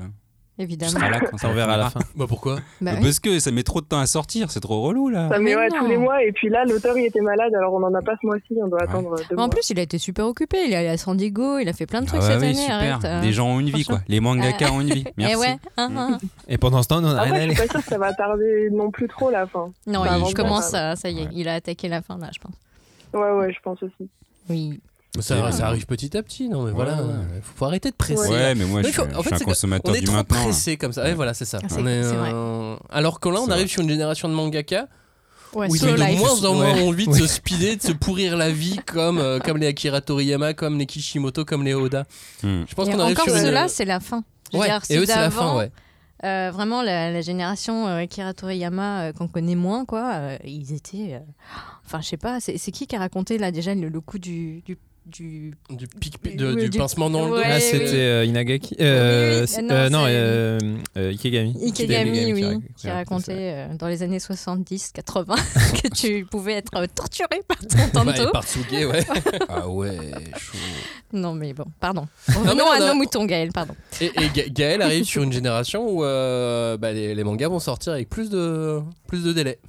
Évidemment. Tu seras là quand ça On verra à la finira Bah pourquoi Bah Bah, oui. Parce que ça met trop de temps à sortir, c'est trop relou là. Ça met Mais ouais, non. tous les mois et puis là l'auteur il était malade alors on en a pas ce mois-ci, on doit attendre deux Mais mois. en plus, il a été super occupé. Il est allé à San Diego, il a fait plein de Ah trucs bah cette oui, année. super. Arrête, euh, Des gens ont une vie quoi. Les mangakas franchement. ont une vie. Eh Merci. ouais, hein, hein. Et pendant ce temps, nous, on a Ah rien Après, à je lire. suis pas sûre que ça va tarder non plus trop la fin. Non, Bah, il je commence, pense. à- ça y est, il a attaqué la fin là, je pense. Ouais, ouais, je pense aussi. Oui. Bah, Ça, ça arrive petit à petit, non mais voilà, il faut, faut arrêter de presser. Ouais, mais moi, Non, il je suis- je suis un c'est que consommateur on est du trop maintenant, là. pressé comme ça. Ouais, voilà, c'est ça. Ah, c'est- On est, c'est vrai. euh, Alors que là, on C'est arrive sur une génération de mangaka Ouais, où ils ont solo de life. moins en moins Ouais. envie de se speeder, de se pourrir la vie comme, euh, comme les Akira Toriyama, comme les Kishimoto, comme les Oda. Je pense Et Hmm. qu'on arrive encore sur une- ceux-là, c'est la fin. Je veux Ouais, dire, et ceux eux, c'est la d'avant, fin, ouais. euh, vraiment la, la génération euh, Akira Toriyama euh, qu'on connaît moins, quoi, euh, ils étaient. euh, Enfin, je sais pas, c'est c'est qui qui a raconté là déjà le, le coup du. du du, du, de- du pincement dans le dos. Ouais, Ah, c'était oui. euh, Inagaki. euh, Oui, oui, c'est- non, euh, non, c'est- euh, euh, Ikegami. Ikegami, qui oui, raconte- qui racontait euh, dans les années 70-80 que tu pouvais être euh, torturé par ton tanto. ah ouais, chaud. non, mais bon, pardon. mais Revenons on à a- nos moutons, Gaël, pardon. Et, et Ga- Gaël arrive sur une génération où euh, bah, les, les mangas vont sortir avec plus de, plus de délai.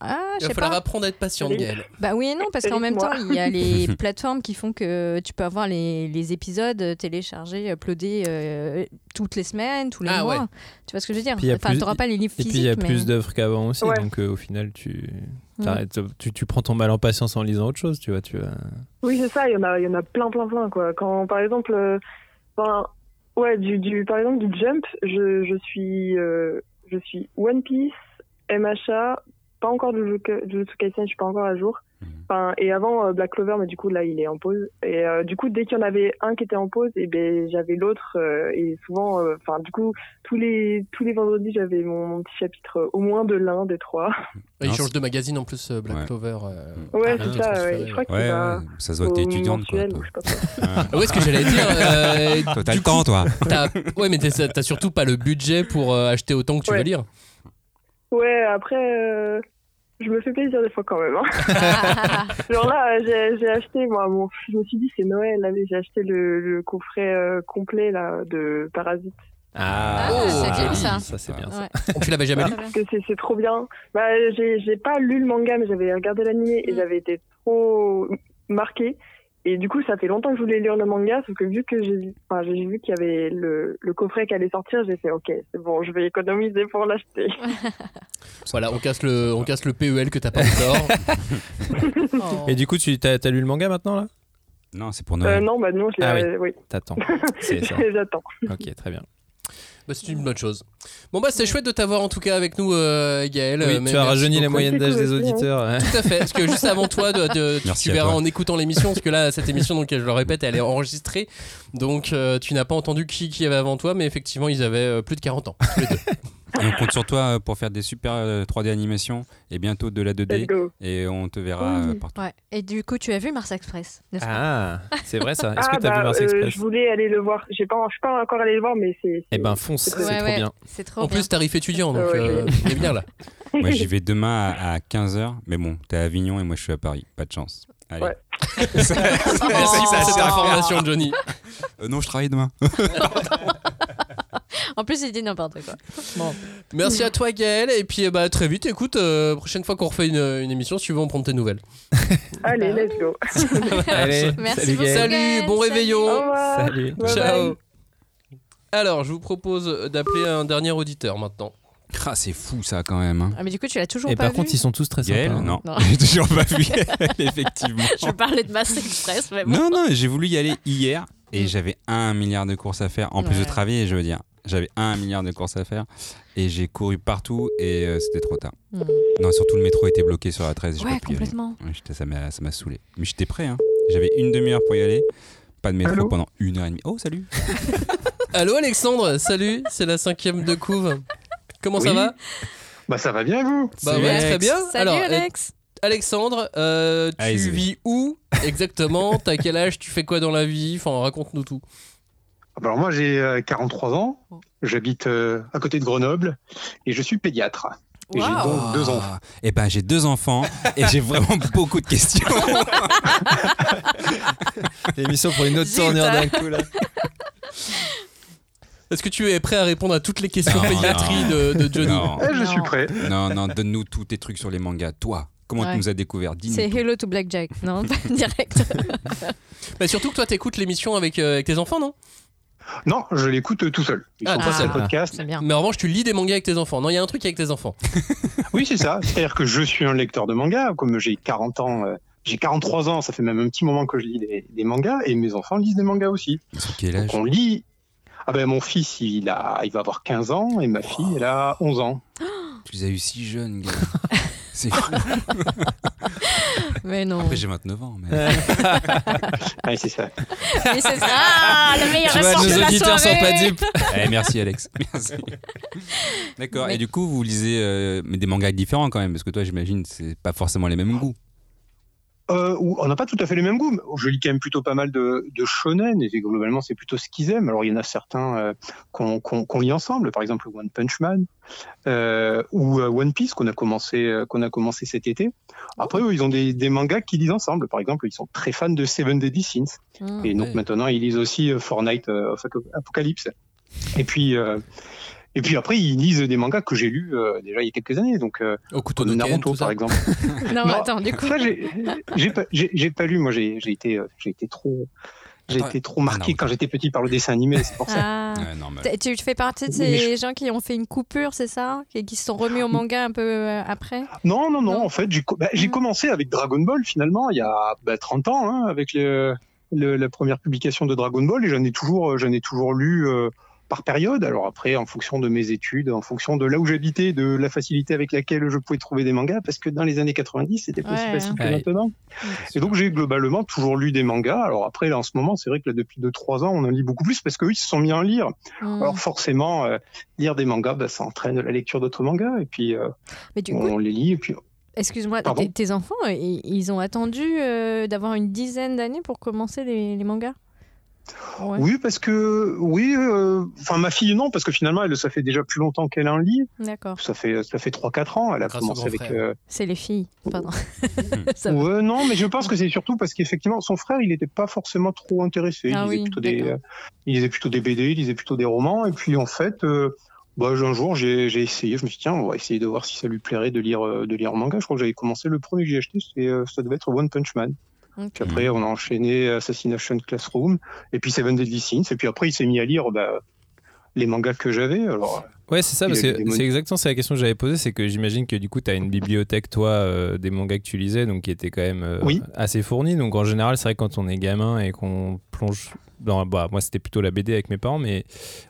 Ah, Il je va sais falloir pas. apprendre à être patiente, Gaël. Bah oui et non, parce qu'en même temps, Excuse-moi. il y a les plateformes qui font que tu peux avoir les, les épisodes euh, téléchargés, uploadés euh, toutes les semaines, tous les Ah mois. ouais. Tu vois ce que je veux dire Puis il y a Enfin, plus- t'auras pas les livres Et physiques. puis il y a mais- plus d'œuvres qu'avant aussi, Ouais. Mm. donc euh, au final, tu, Ouais. t'arrêtes- tu, tu prends ton mal en patience en lisant autre chose, tu euh. vois. Tu, vas- Oui, c'est ça, il y en a, il y en a plein, plein, plein, quoi. Quand, par exemple, euh, ben, ouais, du, du, par exemple, du Jump, je, je suis, euh, je suis One Piece, MHA, pas encore du Jujutsu Jujutsu Kaisen, je suis pas encore à jour. Enfin, et avant euh, Black Clover, mais du coup, là, il est en pause. Et euh, du coup, dès qu'il y en avait un qui était en pause, et ben, j'avais l'autre, euh, et souvent, euh, enfin, du coup, tous les, tous les vendredis, j'avais mon, mon petit chapitre, euh, au moins de l'un des trois. Et Ah, il change de magazine en plus, euh, Black Clover. euh, Ouais, ah, c'est non, ça, transféré. ouais. Je crois que c'est pas- ça se voit que t'es au étudiante, quoi, mensuel, toi. ou je sais pas quoi. Ah Ouais, ce que j'allais dire. euh, Toi, t'as du le temps, coup, toi. t'as- Ouais, mais t'as t'as surtout pas le budget pour euh, acheter autant que tu Ouais. veux lire. Ouais, après, euh, je me fais plaisir des fois quand même. hein. Genre là, euh, j'ai j'ai acheté, moi, bon, je me suis dit c'est Noël, là, mais j'ai acheté le, le coffret euh, complet là, de Parasite. Ah, Oh, c'est bien joli. ça. c'est bien Ouais. Tu l'avais jamais lu Parce que c'est- c'est trop bien. Bah, j'ai j'ai pas lu le manga, mais j'avais regardé l'animé Mm. et j'avais été trop marquée. Et du coup, ça fait longtemps que je voulais lire le manga, sauf que vu que j'ai enfin, j'ai vu qu'il y avait le, le coffret qui allait sortir, j'ai fait ok, c'est bon, je vais économiser pour l'acheter. Voilà, on casse le, on casse le PEL que t'as pas encore. Et du coup, tu t'as t'as lu le manga maintenant, là Non, c'est pour Euh, non, bah non, je l'ai. Ah oui. euh, oui. T'attends. C'est ça. J'attends. Ok, très bien. Bah, c'est une bonne chose. Bon, bah, c'est chouette de t'avoir en tout cas avec nous, euh, Gaël. Oui, Euh, tu mais as merci rajeuni la beaucoup. moyenne d'âge des auditeurs. Tout à fait. Parce que juste avant toi, de- de- tu, Merci tu à verras toi. en écoutant l'émission, parce que là, cette émission, donc, je le répète, elle est enregistrée. Donc, euh, tu n'as pas entendu qui, qui avait avant toi, mais effectivement, ils avaient euh, plus de 40 ans. tous les deux. Et on compte sur toi euh, pour faire des super euh, 3D animations et bientôt de la 2D. Let's go. Et on te verra euh, partout. Ouais. Et du coup, tu as vu Mars Express, n'est-ce pas Ah, c'est vrai ça. Est-ce que t'as vu Mars euh, Express je voulais aller le voir. J'ai pas, je suis pas encore allé le voir, mais c'est. Eh ben, fonce, c'est c'est très trop bien. bien. C'est trop En plus, tarif étudiant, donc, Ah ouais. euh, il est bien là. Moi, j'y vais demain à, 15h. Mais bon, t'es à Avignon et moi, je suis à Paris. Pas de chance. Allez. Ouais. Merci pour cette information, Johnny. Euh, non, je travaille demain. En plus, il dit n'importe quoi. Bon. Merci à toi, Gaël. Et puis, eh bah, très vite, écoute, euh, prochaine fois qu'on refait une, une émission, si tu veux, on prend tes nouvelles. Allez, let's go. Allez, salut Merci beaucoup, Gaël. Salut, bon réveillon. Au revoir. Salut. Bye Ciao. bye. Alors, je vous propose d'appeler un dernier auditeur maintenant. Ah, c'est fou ça quand même. hein. Ah, mais du coup, tu l'as toujours Et pas par vu contre, ils sont tous très Gaël, sympas, hein. non. J'ai toujours pas vu, effectivement. Je parlais de Mars Express, mais bon. Non, non, j'ai voulu y aller hier et j'avais un milliard de courses à faire en plus Mm. de Ouais. travailler, je veux dire. J'avais un milliard de courses à faire et j'ai couru partout et euh, c'était trop tard. Hmm. Non, surtout le métro était bloqué sur la 13. j'ai Ouais, pas pu y aller. complètement. Ouais, j'étais- ça m'a ça m'a saoulé. Mais j'étais prêt, hein. J'avais une demi-heure pour y aller. Pas de métro Allô pendant une heure et demie. Oh, salut Allô, Alexandre. Salut, c'est la cinquième de couve. Comment ça Oui. va Bah ça va bien vous Bah ouais, très bien. Alors, euh, Alexandre, euh, tu Ah, Allez-y. vis où exactement T'as quel âge Tu fais quoi dans la vie Enfin, raconte-nous tout. Alors moi j'ai euh, 43 ans, j'habite euh, à côté de Grenoble et je suis pédiatre. Et Ah, j'ai Oh. donc deux enfants. Et ben, j'ai deux enfants et j'ai vraiment beaucoup de questions. L'émission pour une autre tournure d'un coup là. Est-ce que tu es prêt à répondre à toutes les questions Non, pédiatrie non. de, de Johnny Non. Eh, suis prêt. Non, non, donne-nous tous tes trucs sur les mangas. Toi, comment Ouais. tu nous as découvert Dis-nous. C'est Hello to Blackjack, non Pas direct. Mais Bah, surtout que toi, t'écoutes l'émission avec, euh, avec tes enfants, non Non, je l'écoute euh, tout seul. Ils sont tout Ah. pas seul. sur le podcast. Mais en revanche, tu lis des mangas avec tes enfants. Non, il y a un truc avec tes enfants. Oui, c'est ça. C'est-à-dire que je suis un lecteur de manga, comme j'ai 40 ans, euh, j'ai 43 ans, ça fait même un petit moment que je lis des, des mangas et mes enfants lisent des mangas aussi. Donc on lit. Ah ben mon fils, il a, il va avoir 15 ans et ma fille, elle a 11 ans. Tu les as eu si jeunes, gars. C'est fou. Mais non. Après, j'ai 29 ans. Mais... ouais, c'est ça. Mais c'est ça. Ah, le meilleur Tu vois, essence nos de la auditeurs sont pas soirée. dupes. Eh, merci, Alex. Merci. D'accord. Mais- Et du coup, vous lisez euh, mais des mangas différents quand même, parce que toi, j'imagine, c'est pas forcément les Ah. mêmes goûts. Euh, où on n'a pas tout à fait les mêmes goûts. mais Je lis quand même plutôt pas mal de, de shonen et globalement c'est plutôt ce qu'ils aiment. Alors il y en a certains euh, qu'on qu'on- qu'on lit ensemble, par exemple One Punch Man euh, ou euh, One Piece qu'on a commencé euh, qu'on a commencé cet été. Après eux, ils ont des, des mangas qu'ils lisent ensemble. Par exemple, ils sont très fans de Seven Deadly Sins Ah, et donc ouais. maintenant ils lisent aussi euh, Fortnite euh, of Aco- Apocalypse. Et puis euh, et puis après ils lisent des mangas que j'ai lus euh, déjà il y a quelques années. Donc euh, no Ken, Naruto tout ça. par exemple. Non, attends, du coup. ça, j'ai- j'ai pas, j'ai- j'ai pas lu. Moi, j'ai j'ai été, euh, j'ai été trop, j'ai Attends, été trop marqué quand j'étais petit par le dessin animé. C'est pour Ah. ça. T'es- Tu fais partie de Mais ces je- gens qui ont fait une coupure, c'est ça Et qui se sont remis au manga un peu euh, après Non, non, non. En fait, j'ai co- bah, j'ai commencé avec Dragon Ball finalement il y a bah, 30 ans, hein, avec le- le- la première publication de Dragon Ball, et j'en ai toujours, euh, j'en ai toujours lu. euh, par période, alors après, en fonction de mes études, en fonction de là où j'habitais, de la facilité avec laquelle je pouvais trouver des mangas, parce que dans les années 90, c'était pas Ouais, si facile hein. que Ouais. maintenant. Et donc j'ai globalement toujours lu des mangas. Alors après, là en ce moment, c'est vrai que là depuis 2-3 ans, on en lit beaucoup plus parce qu'eux, ils se sont mis à en lire. Mm. Alors forcément, euh, lire des mangas, bah, ça entraîne la lecture d'autres mangas. Et puis euh, Mais du on coup- les lit. Et puis... Excuse-moi, Pardon tes- tes enfants, euh, ils ils ont attendu euh, d'avoir une dizaine d'années pour commencer les, les mangas Ouais. Oui, parce que oui, euh, enfin ma fille non, parce que finalement, elle, ça fait déjà plus longtemps qu'elle en lit. D'accord. Ça fait ça fait 3-4 ans. Elle a Grâce au commencé grand avec. frère. euh, C'est les filles, pardon. Hmm. Ça va. Ouais, non, mais je pense que c'est surtout parce qu'effectivement, son frère, il n'était pas forcément trop intéressé. Ah il, lisait oui, plutôt des, euh, il lisait plutôt des BD, il lisait plutôt des romans. Et puis, en fait, euh, bah, un jour, j'ai j'ai essayé. Je me suis dit, tiens, on va essayer de voir si ça lui plairait de lire, euh, de lire un manga. Je crois que j'avais commencé. Le premier que j'ai acheté, c'est, euh, ça devait être One Punch Man. Ok. Puis après, on a enchaîné Assassination Classroom, et puis Seven Deadly Sins. Et puis après, il s'est mis à lire bah, les mangas que j'avais. Alors, Ouais, c'est ça, il parce a que lu des mangas. c'est exactement c'est la question que j'avais posée, c'est que j'imagine que du coup, tu as une bibliothèque, toi, euh, des mangas que tu lisais, donc qui était quand même euh, Oui. assez fournie. Donc en général, c'est vrai que quand on est gamin et qu'on plonge dans. Bah, moi, c'était plutôt la BD avec mes parents, mais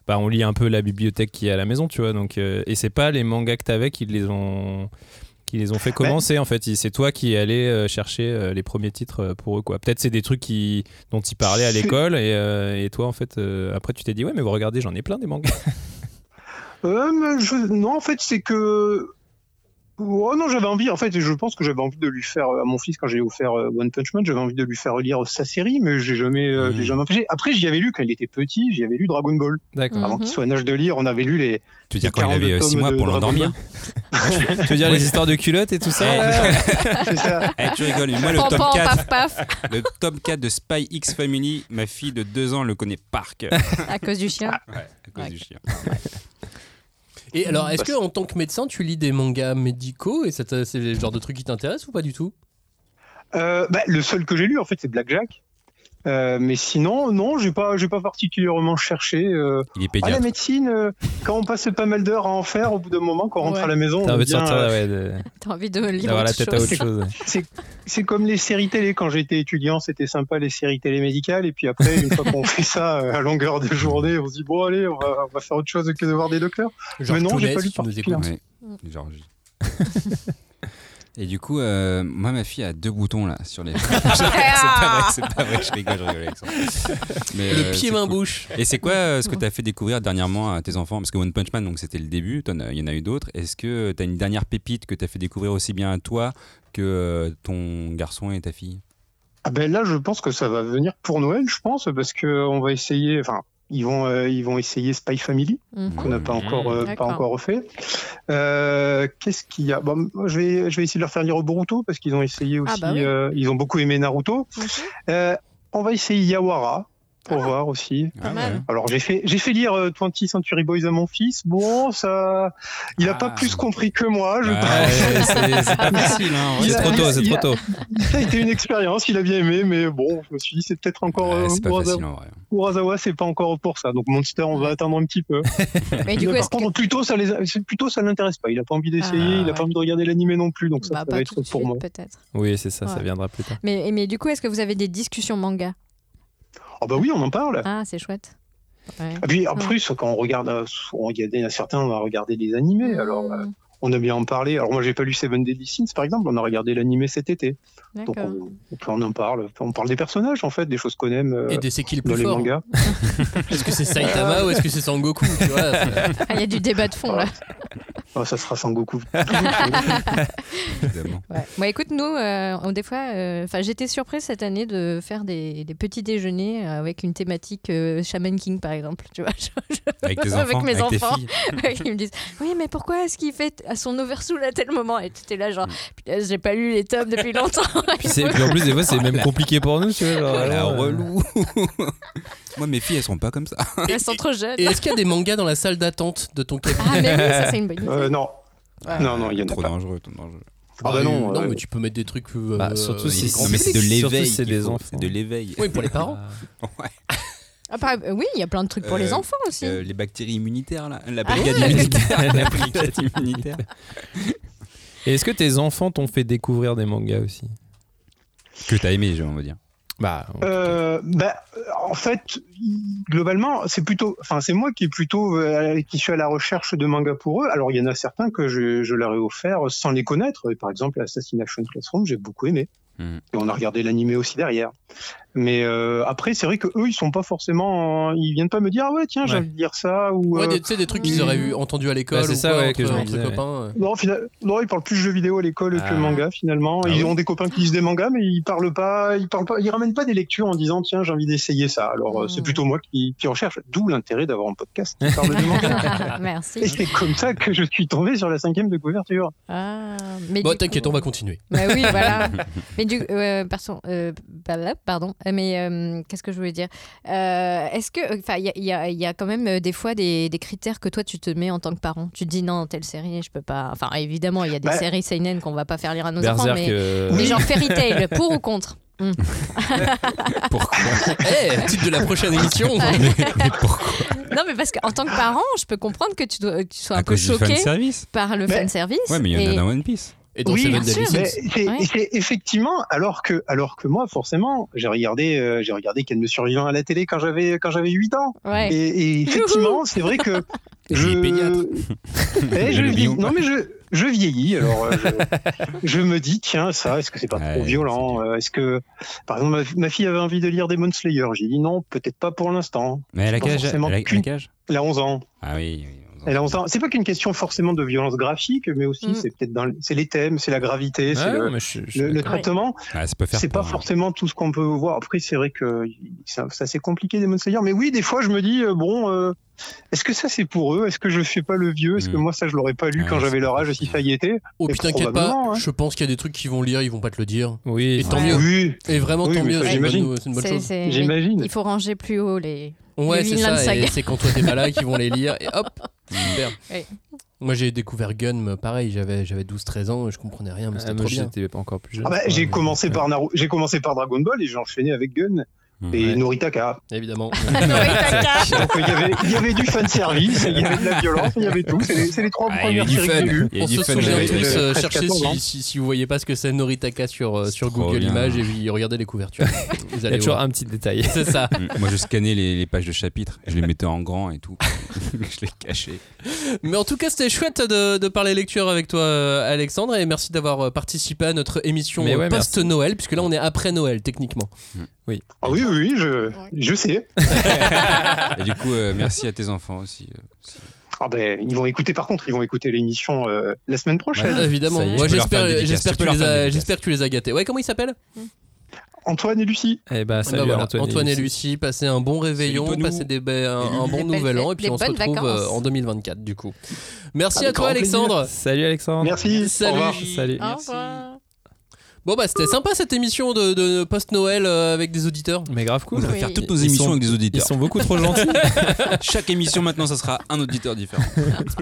bah, on lit un peu la bibliothèque qui est à la maison, tu vois. Donc, euh, et c'est pas les mangas que t'avais qui les ont. Qui les Bah ont fait commencer en fait, Il- c'est toi qui es allé euh, chercher euh, les premiers titres euh, pour eux quoi. Peut-être c'est des trucs qui, dont ils parlaient à C'est- l'école et, euh, et toi en fait euh, après tu t'es dit ouais mais vous regardez j'en ai plein des mangas. Euh, mais je- Non, en fait, c'est que. Oh non, j'avais envie, en fait, je pense que j'avais envie de lui faire, à mon fils, quand j'ai offert euh, One Punch Man, j'avais envie de lui faire lire sa série, mais j'ai jamais, euh, j'ai jamais empêché. Après, j'y avais lu quand il était petit, j'y avais lu Dragon Ball. D'accord. Avant Mhm. qu'il soit en âge de lire, on avait lu les. Tu veux dire quand il avait, euh, six mois pour l'endormir Tu veux dire les histoires de culottes et tout ça là Eh, tu rigoles, mais moi le Pan, top pan, 4 paf, paf. Le top 4 de Spy X Family, ma fille de 2 ans le connaît par cœur. À cause du Ah, chien Ouais, à cause du chien. Et alors, est-ce Parce- que en tant que médecin, tu lis des mangas médicaux et ça t'a- c'est le genre de truc qui t'intéresse ou pas du tout Euh, bah, le seul que j'ai lu, en fait, c'est Blackjack. Euh, mais sinon, non, j'ai pas, j'ai pas particulièrement cherché. euh, Il est ah, la pédiatre. médecine, euh, quand on passe pas mal d'heures à en faire, au bout d'un moment, quand on rentre Ouais. à la maison, T'as on envie de devient, sortir euh, ouais, de- T'as envie de lire D'avoir la autre tête à chose. autre chose. C'est- C'est comme les séries télé. Quand j'étais étudiant, c'était sympa les séries télé médicales. Et puis après, une fois qu'on fait ça euh, à longueur de journée, on se dit bon allez, on va, on va faire autre chose que de voir des docteurs. Mais non, j'ai pas lu particulièrement. Ouais. Georgie. Et du coup, euh, moi, ma fille a deux boutons là sur les. c'est pas vrai, c'est pas vrai, je rigole, je rigole, Alexandre. Le euh, pied c'est main bouche. Et c'est quoi euh, ce que tu as fait découvrir dernièrement à tes enfants Parce que One Punch Man, donc c'était le début, t'en as- il y en a eu d'autres. Est-ce que tu as une dernière pépite que tu as fait découvrir aussi bien à toi que euh, ton garçon et ta fille Ah ben là, je pense que ça va venir pour Noël, je pense, parce que euh, on va essayer. Enfin, ils vont, euh, ils vont essayer Spy Family Mhm. qu'on n'a pas Mmh. encore, euh, pas D'accord. encore refait. Euh, Qu'est-ce qu'il y a Bon, moi, je vais, je vais essayer de leur faire lire Boruto parce qu'ils ont essayé aussi. bah oui. Mhm. euh, ils ont beaucoup aimé Naruto. Euh, on va essayer Yawara pour voir aussi. Pas mal. Alors j'ai fait, j'ai fait lire euh, 20 Century Boys à mon fils. Bon, ça, il a pas plus compris que moi, je Ah, pense. c'est- c'est pas facile, hein, ouais. Il C'est a- trop tôt, il- c'est il trop a- tôt. ça a été une expérience, il a bien aimé, mais bon, je me suis dit, c'est peut-être encore. Ouais, euh, c'est pas Urasawa- facile, en vrai. Urasawa, c'est pas encore pour ça. Donc Monster, on va attendre un petit peu. Mais du coup, par est-ce contre, plutôt, ça les a- c'est- plutôt, ça l'intéresse pas. Il a pas envie d'essayer, Ah, il a ouais. pas envie de regarder l'animé non plus. Donc ça, Bah, ça pas va être tout de pour suite, moi. peut-être. Oui, c'est ça, ça Ouais. viendra plus tard. Mais, mais du coup, est-ce que vous avez des discussions manga Ah bah oui, on en parle. Ah, c'est chouette. Ouais. Et puis Ouais. en Hmm, plus, quand on regarde, euh, on regarde certains, on va regarder des animés. Alors, euh, on a bien en parlé. Alors moi j'ai pas lu Seven Deadly Sins par exemple, on a regardé l'animé cet été. Donc D'accord. on, on peut- on en parle, on parle des personnages en fait, des choses qu'on aime euh, Et des- c'est qui le dans plus les fort mangas. Est-ce que c'est Saitama ou est-ce que c'est Sangoku tu vois Ah, Il y a du débat de fond là. Oh, ça sera Sangoku. Ouais. Bon, écoute, nous, euh, on- des fois, euh, 'fin, j'étais surprise cette année de faire des, des petits déjeuners avec une thématique euh, Shaman King, par exemple. Tu vois, je- je- Avec tes enfants, mes avec tes enfants. filles. Ouais, ils me disent Oui, mais pourquoi est-ce qu'il fait à son oversoul à tel moment Et tu es là, genre, Putain, j'ai pas lu les tomes depuis longtemps. Puis, c'est- puis en plus, des fois, c'est même Voilà. compliqué pour nous, tu vois. Genre, Voilà, alors, euh, Oh relou. Moi, mes filles, elles sont pas comme ça. Ah, Elles sont trop jeunes. Et est-ce qu'il y a des mangas dans la salle d'attente de ton cabinet Ah, mais oui, ça, c'est une bonne idée. Euh, non. Ouais. Non, non, il y en a Trop pas. dangereux, trop dangereux. Ah bah non, euh, mais tu peux mettre des trucs. euh, Bah, surtout si- euh, grand Non, mais c'est de public. l'éveil. Surtout, c'est qu'il des faut, enfants. C'est de l'éveil. Oui, pour les parents. Ah, par- euh, oui, il y a plein de trucs pour les Euh, enfants aussi. euh, les bactéries immunitaires, là. La Ah brigade ouais. immunitaire. la brigade immunitaire. Et est-ce que tes enfants t'ont fait découvrir des mangas aussi Que t'as aimé, j'ai envie de dire. Bah, Euh, bah, en fait, globalement, c'est plutôt, enfin, c'est moi qui est plutôt euh, qui suis à la recherche de mangas pour eux. Alors, il y en a certains que je, je leur ai offerts sans les connaître. Et Par exemple, Assassination Classroom, j'ai beaucoup aimé. Et on a regardé l'animé aussi derrière. Mais euh, après, c'est vrai que eux, ils sont pas forcément, ils viennent pas me dire, ah ouais, tiens, j'ai Ouais. envie de lire ça ou. Ouais, euh, des- tu sais, des trucs qu'ils auraient eu, entendu à l'école Bah, c'est ou ça, quoi, ouais, entre, que je me entre disais, ouais. copains. Non, final- non, ils parlent plus jeux vidéo à l'école Ah. que manga finalement. Ah ils oui. ont des copains qui lisent des mangas, mais ils parlent pas, ils parlent pas, ils ramènent pas des lectures en disant tiens j'ai envie d'essayer ça. Alors euh, c'est plutôt moi qui, qui recherche. D'où l'intérêt d'avoir un podcast qui parle de manga. Merci. Et c'est comme ça que je suis tombé sur la cinquième de couverture. Ah, mais Bon, du t'inquiète, on va continuer. Bah oui, voilà. Mais du euh, perso- euh, bah, là, pardon, Euh, mais euh, qu'est-ce que je voulais dire Euh, Est-ce que, enfin, il y, a- il y a- il y a quand même euh, des fois des, des critères que toi tu te mets en tant que parent. Tu te dis non, telle série, je peux pas. Enfin, évidemment, il y a des Bah. séries seinen qu'on va pas faire lire à nos enfants, Berserk, mais, euh, mais oui. genre Fairy Tail, pour ou contre Hmm. Eh, titre de la prochaine émission. Non, mais parce qu'en tant que parent, je peux comprendre que tu, dois- que tu sois À un peu cause du choqué fanservice. par le Mais- fanservice. Ouais, mais il y en a et- dans One Piece. oui, mais c'est c'est effectivement alors que alors que moi forcément j'ai regardé euh, j'ai regardé Ken le survivant à la télé quand j'avais quand j'avais 8 ans. Ouais. Et, et effectivement c'est vrai que je Euh, Eh, je Ne vieillis. l'oublions pas. Non mais je je vieillis alors euh, je, je me dis tiens ça est-ce que c'est pas trop violent euh, est-ce que par exemple ma, ma fille avait envie de lire Demon Slayer j'ai dit non peut-être pas pour l'instant Mais elle a C'est pas quel âge forcément Elle a- elle a qu'une- quel âge elle a 11 ans Ah oui, oui. elle a 11 ans c'est pas qu'une question forcément de violence graphique mais aussi c'est peut-être dans le- c'est les thèmes c'est la gravité c'est Ouais, le, mais je- je- le- le Ouais. traitement Ah, ça peut faire c'est pas peur. forcément tout ce qu'on peut voir. Après, c'est vrai que ça, ça, c'est compliqué Demon Slayer, mais oui, des fois je me dis euh, bon, euh, est-ce que ça c'est pour eux Est-ce que je fais pas le vieux Est-ce que moi ça je l'aurais pas lu quand j'avais leur âge si ça y était Oh, Et puis t'inquiète pas, probablement, hein. je pense qu'il y a des trucs qu'ils vont lire, ils vont pas te le dire. Oui, et tant Ouais. mieux. Oui. Et vraiment, Oui, tant mais mieux, ça, c'est une bonne, j'imagine. nou- c'est une bonne C'est- chose. c'est- Il faut ranger plus haut les. Ouais, les c'est Vinland ça, et Saga. c'est quand toi t'es pas là qu'ils vont les lire, et hop, Mm. super. Ouais. Moi j'ai découvert Gun, pareil, j'avais j'avais 12-13 ans, je comprenais rien, mais Ah, c'était moi, trop bien. j'étais pas encore plus jeune. Ah bah, j'ai commencé par Naru- j'ai commencé par Dragon Ball et j'ai enchaîné avec Gun et Noritaka. Évidemment. Donc il y avait- il y avait du fan service, il y avait de la violence, il y avait tout. C'est les, c'est les trois Ah, il y avait du premières séries que fun. j'ai lues. Il y a On du se fun, souvient j'avais tous, euh, 13-14 chercher ans. hein. si, si, si vous voyez pas ce que c'est Noritaka sur, euh, sur trop Google bien. Images et puis regardez les couvertures. Vous Il y allez a toujours voir. un petit détail. C'est ça. Mm. Moi, je scannais les, les pages de chapitres, je les mettais en grand et tout. je les cachais. Mais en tout cas, c'était chouette de, de parler lecture avec toi, euh, Alexandre, et merci d'avoir euh, participé à notre émission Mais euh, ouais, merci. post-Noël, puisque là on est après Noël techniquement. Oui. Ah oui, oui, oui, je, je sais. Et du coup, euh, merci à tes enfants aussi. euh, si- Ah ben, ils vont écouter, par contre, ils vont écouter l'émission euh, la semaine prochaine. Ah, évidemment. Ça y est, Moi, tu peux leur faire j'espère, une dédicace, j'espère tu que peux tu leur les faire une as, dédicace. j'espère que tu les as gâtés. Ouais, comment il s'appelle Ah, Antoine et Lucie. Eh bah, salut Bah voilà, à Antoine. et et Lucie. Lucie, passez un bon réveillon, Salut, Tonou. passez des be- un, un bon Des belles nouvel an, et fêtes, puis des on se bonnes retrouve vacances. euh, en 2024 du coup. Merci Avec à toi grand plaisir. Alexandre. Salut Alexandre. Merci. Salut. Au revoir. Salut. Au revoir. Bon bah c'était sympa cette émission de, de post-Noël euh, avec des auditeurs. Mais grave cool. On devrait faire toutes nos Ils émissions sont- avec des auditeurs. Ils sont beaucoup trop gentils. Chaque émission maintenant, ça sera un auditeur différent.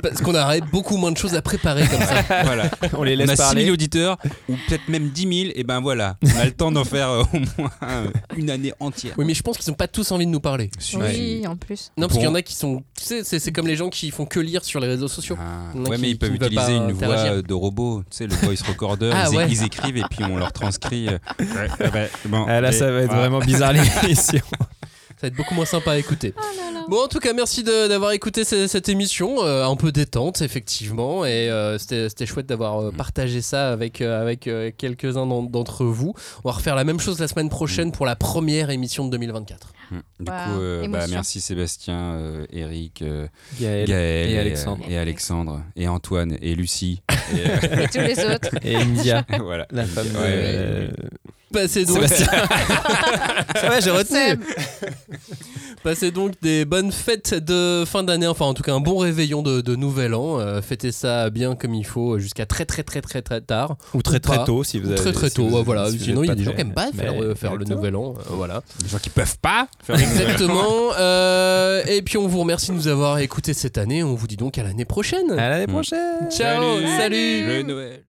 Parce qu'on aurait beaucoup moins de choses à préparer comme ça. Voilà. On les laisse on a 6 parler. 000 auditeurs, ou peut-être même 10 000, et ben voilà, on a le temps d'en faire euh, au moins euh, une année entière. Oui mais je pense qu'ils ont pas tous envie de nous parler. Si, si. Oui, Ah. en plus. Non parce Bon. qu'il y en a qui sont... Tu sais c'est c'est comme les gens qui font que lire sur les réseaux sociaux. Ah, Il y en a ouais, qui- mais ils qui peuvent ne veulent pas utiliser une voix euh, interagir. de robot, tu sais, le voice recorder. Ah, ils, é- ouais. ils écrivent et puis on leur transcrit. euh, ouais, ouais, bon, Ah, là, et- ça va être voilà. vraiment bizarre l'émission. Ça, ça va être beaucoup moins sympa à écouter. Bon, en tout cas, merci de- d'avoir écouté ce- cette émission, euh, un peu détente, effectivement, et euh, c'était c'était chouette d'avoir euh, partagé ça avec, euh, avec euh, quelques-uns d'en- d'entre vous. On va refaire la même chose la semaine prochaine pour la première émission de 2024. Mm. Du Wow. coup, euh, bah, Émotion. merci Sébastien, euh, Eric, euh, Gaël. Gaël Et euh, Alexandre. et Alexandre, et Antoine, et Lucie. Et euh, tous les autres. Et India. voilà. La femme, euh, Passez donc. Sébastien. Ça va, j'ai retenu. Passez donc des bonnes fêtes de fin d'année, enfin en tout cas un bon réveillon de, de nouvel an. Euh, fêtez ça bien comme il faut euh, jusqu'à très très très très très tard. Ou très, très pas. tôt, si vous Ou avez- Très très si tôt, vous- ouais, voilà. si vous Sinon êtes il y a pas des gens qui très- n'aiment pas faire, Mais- euh, faire le nouvel an. euh, voilà. Des gens qui peuvent pas faire le nouvel an. Exactement. Euh, et puis on vous remercie de nous avoir écoutés cette année. On vous dit donc à l'année prochaine. À l'année prochaine. Ciao. Salut. salut. Le Noël.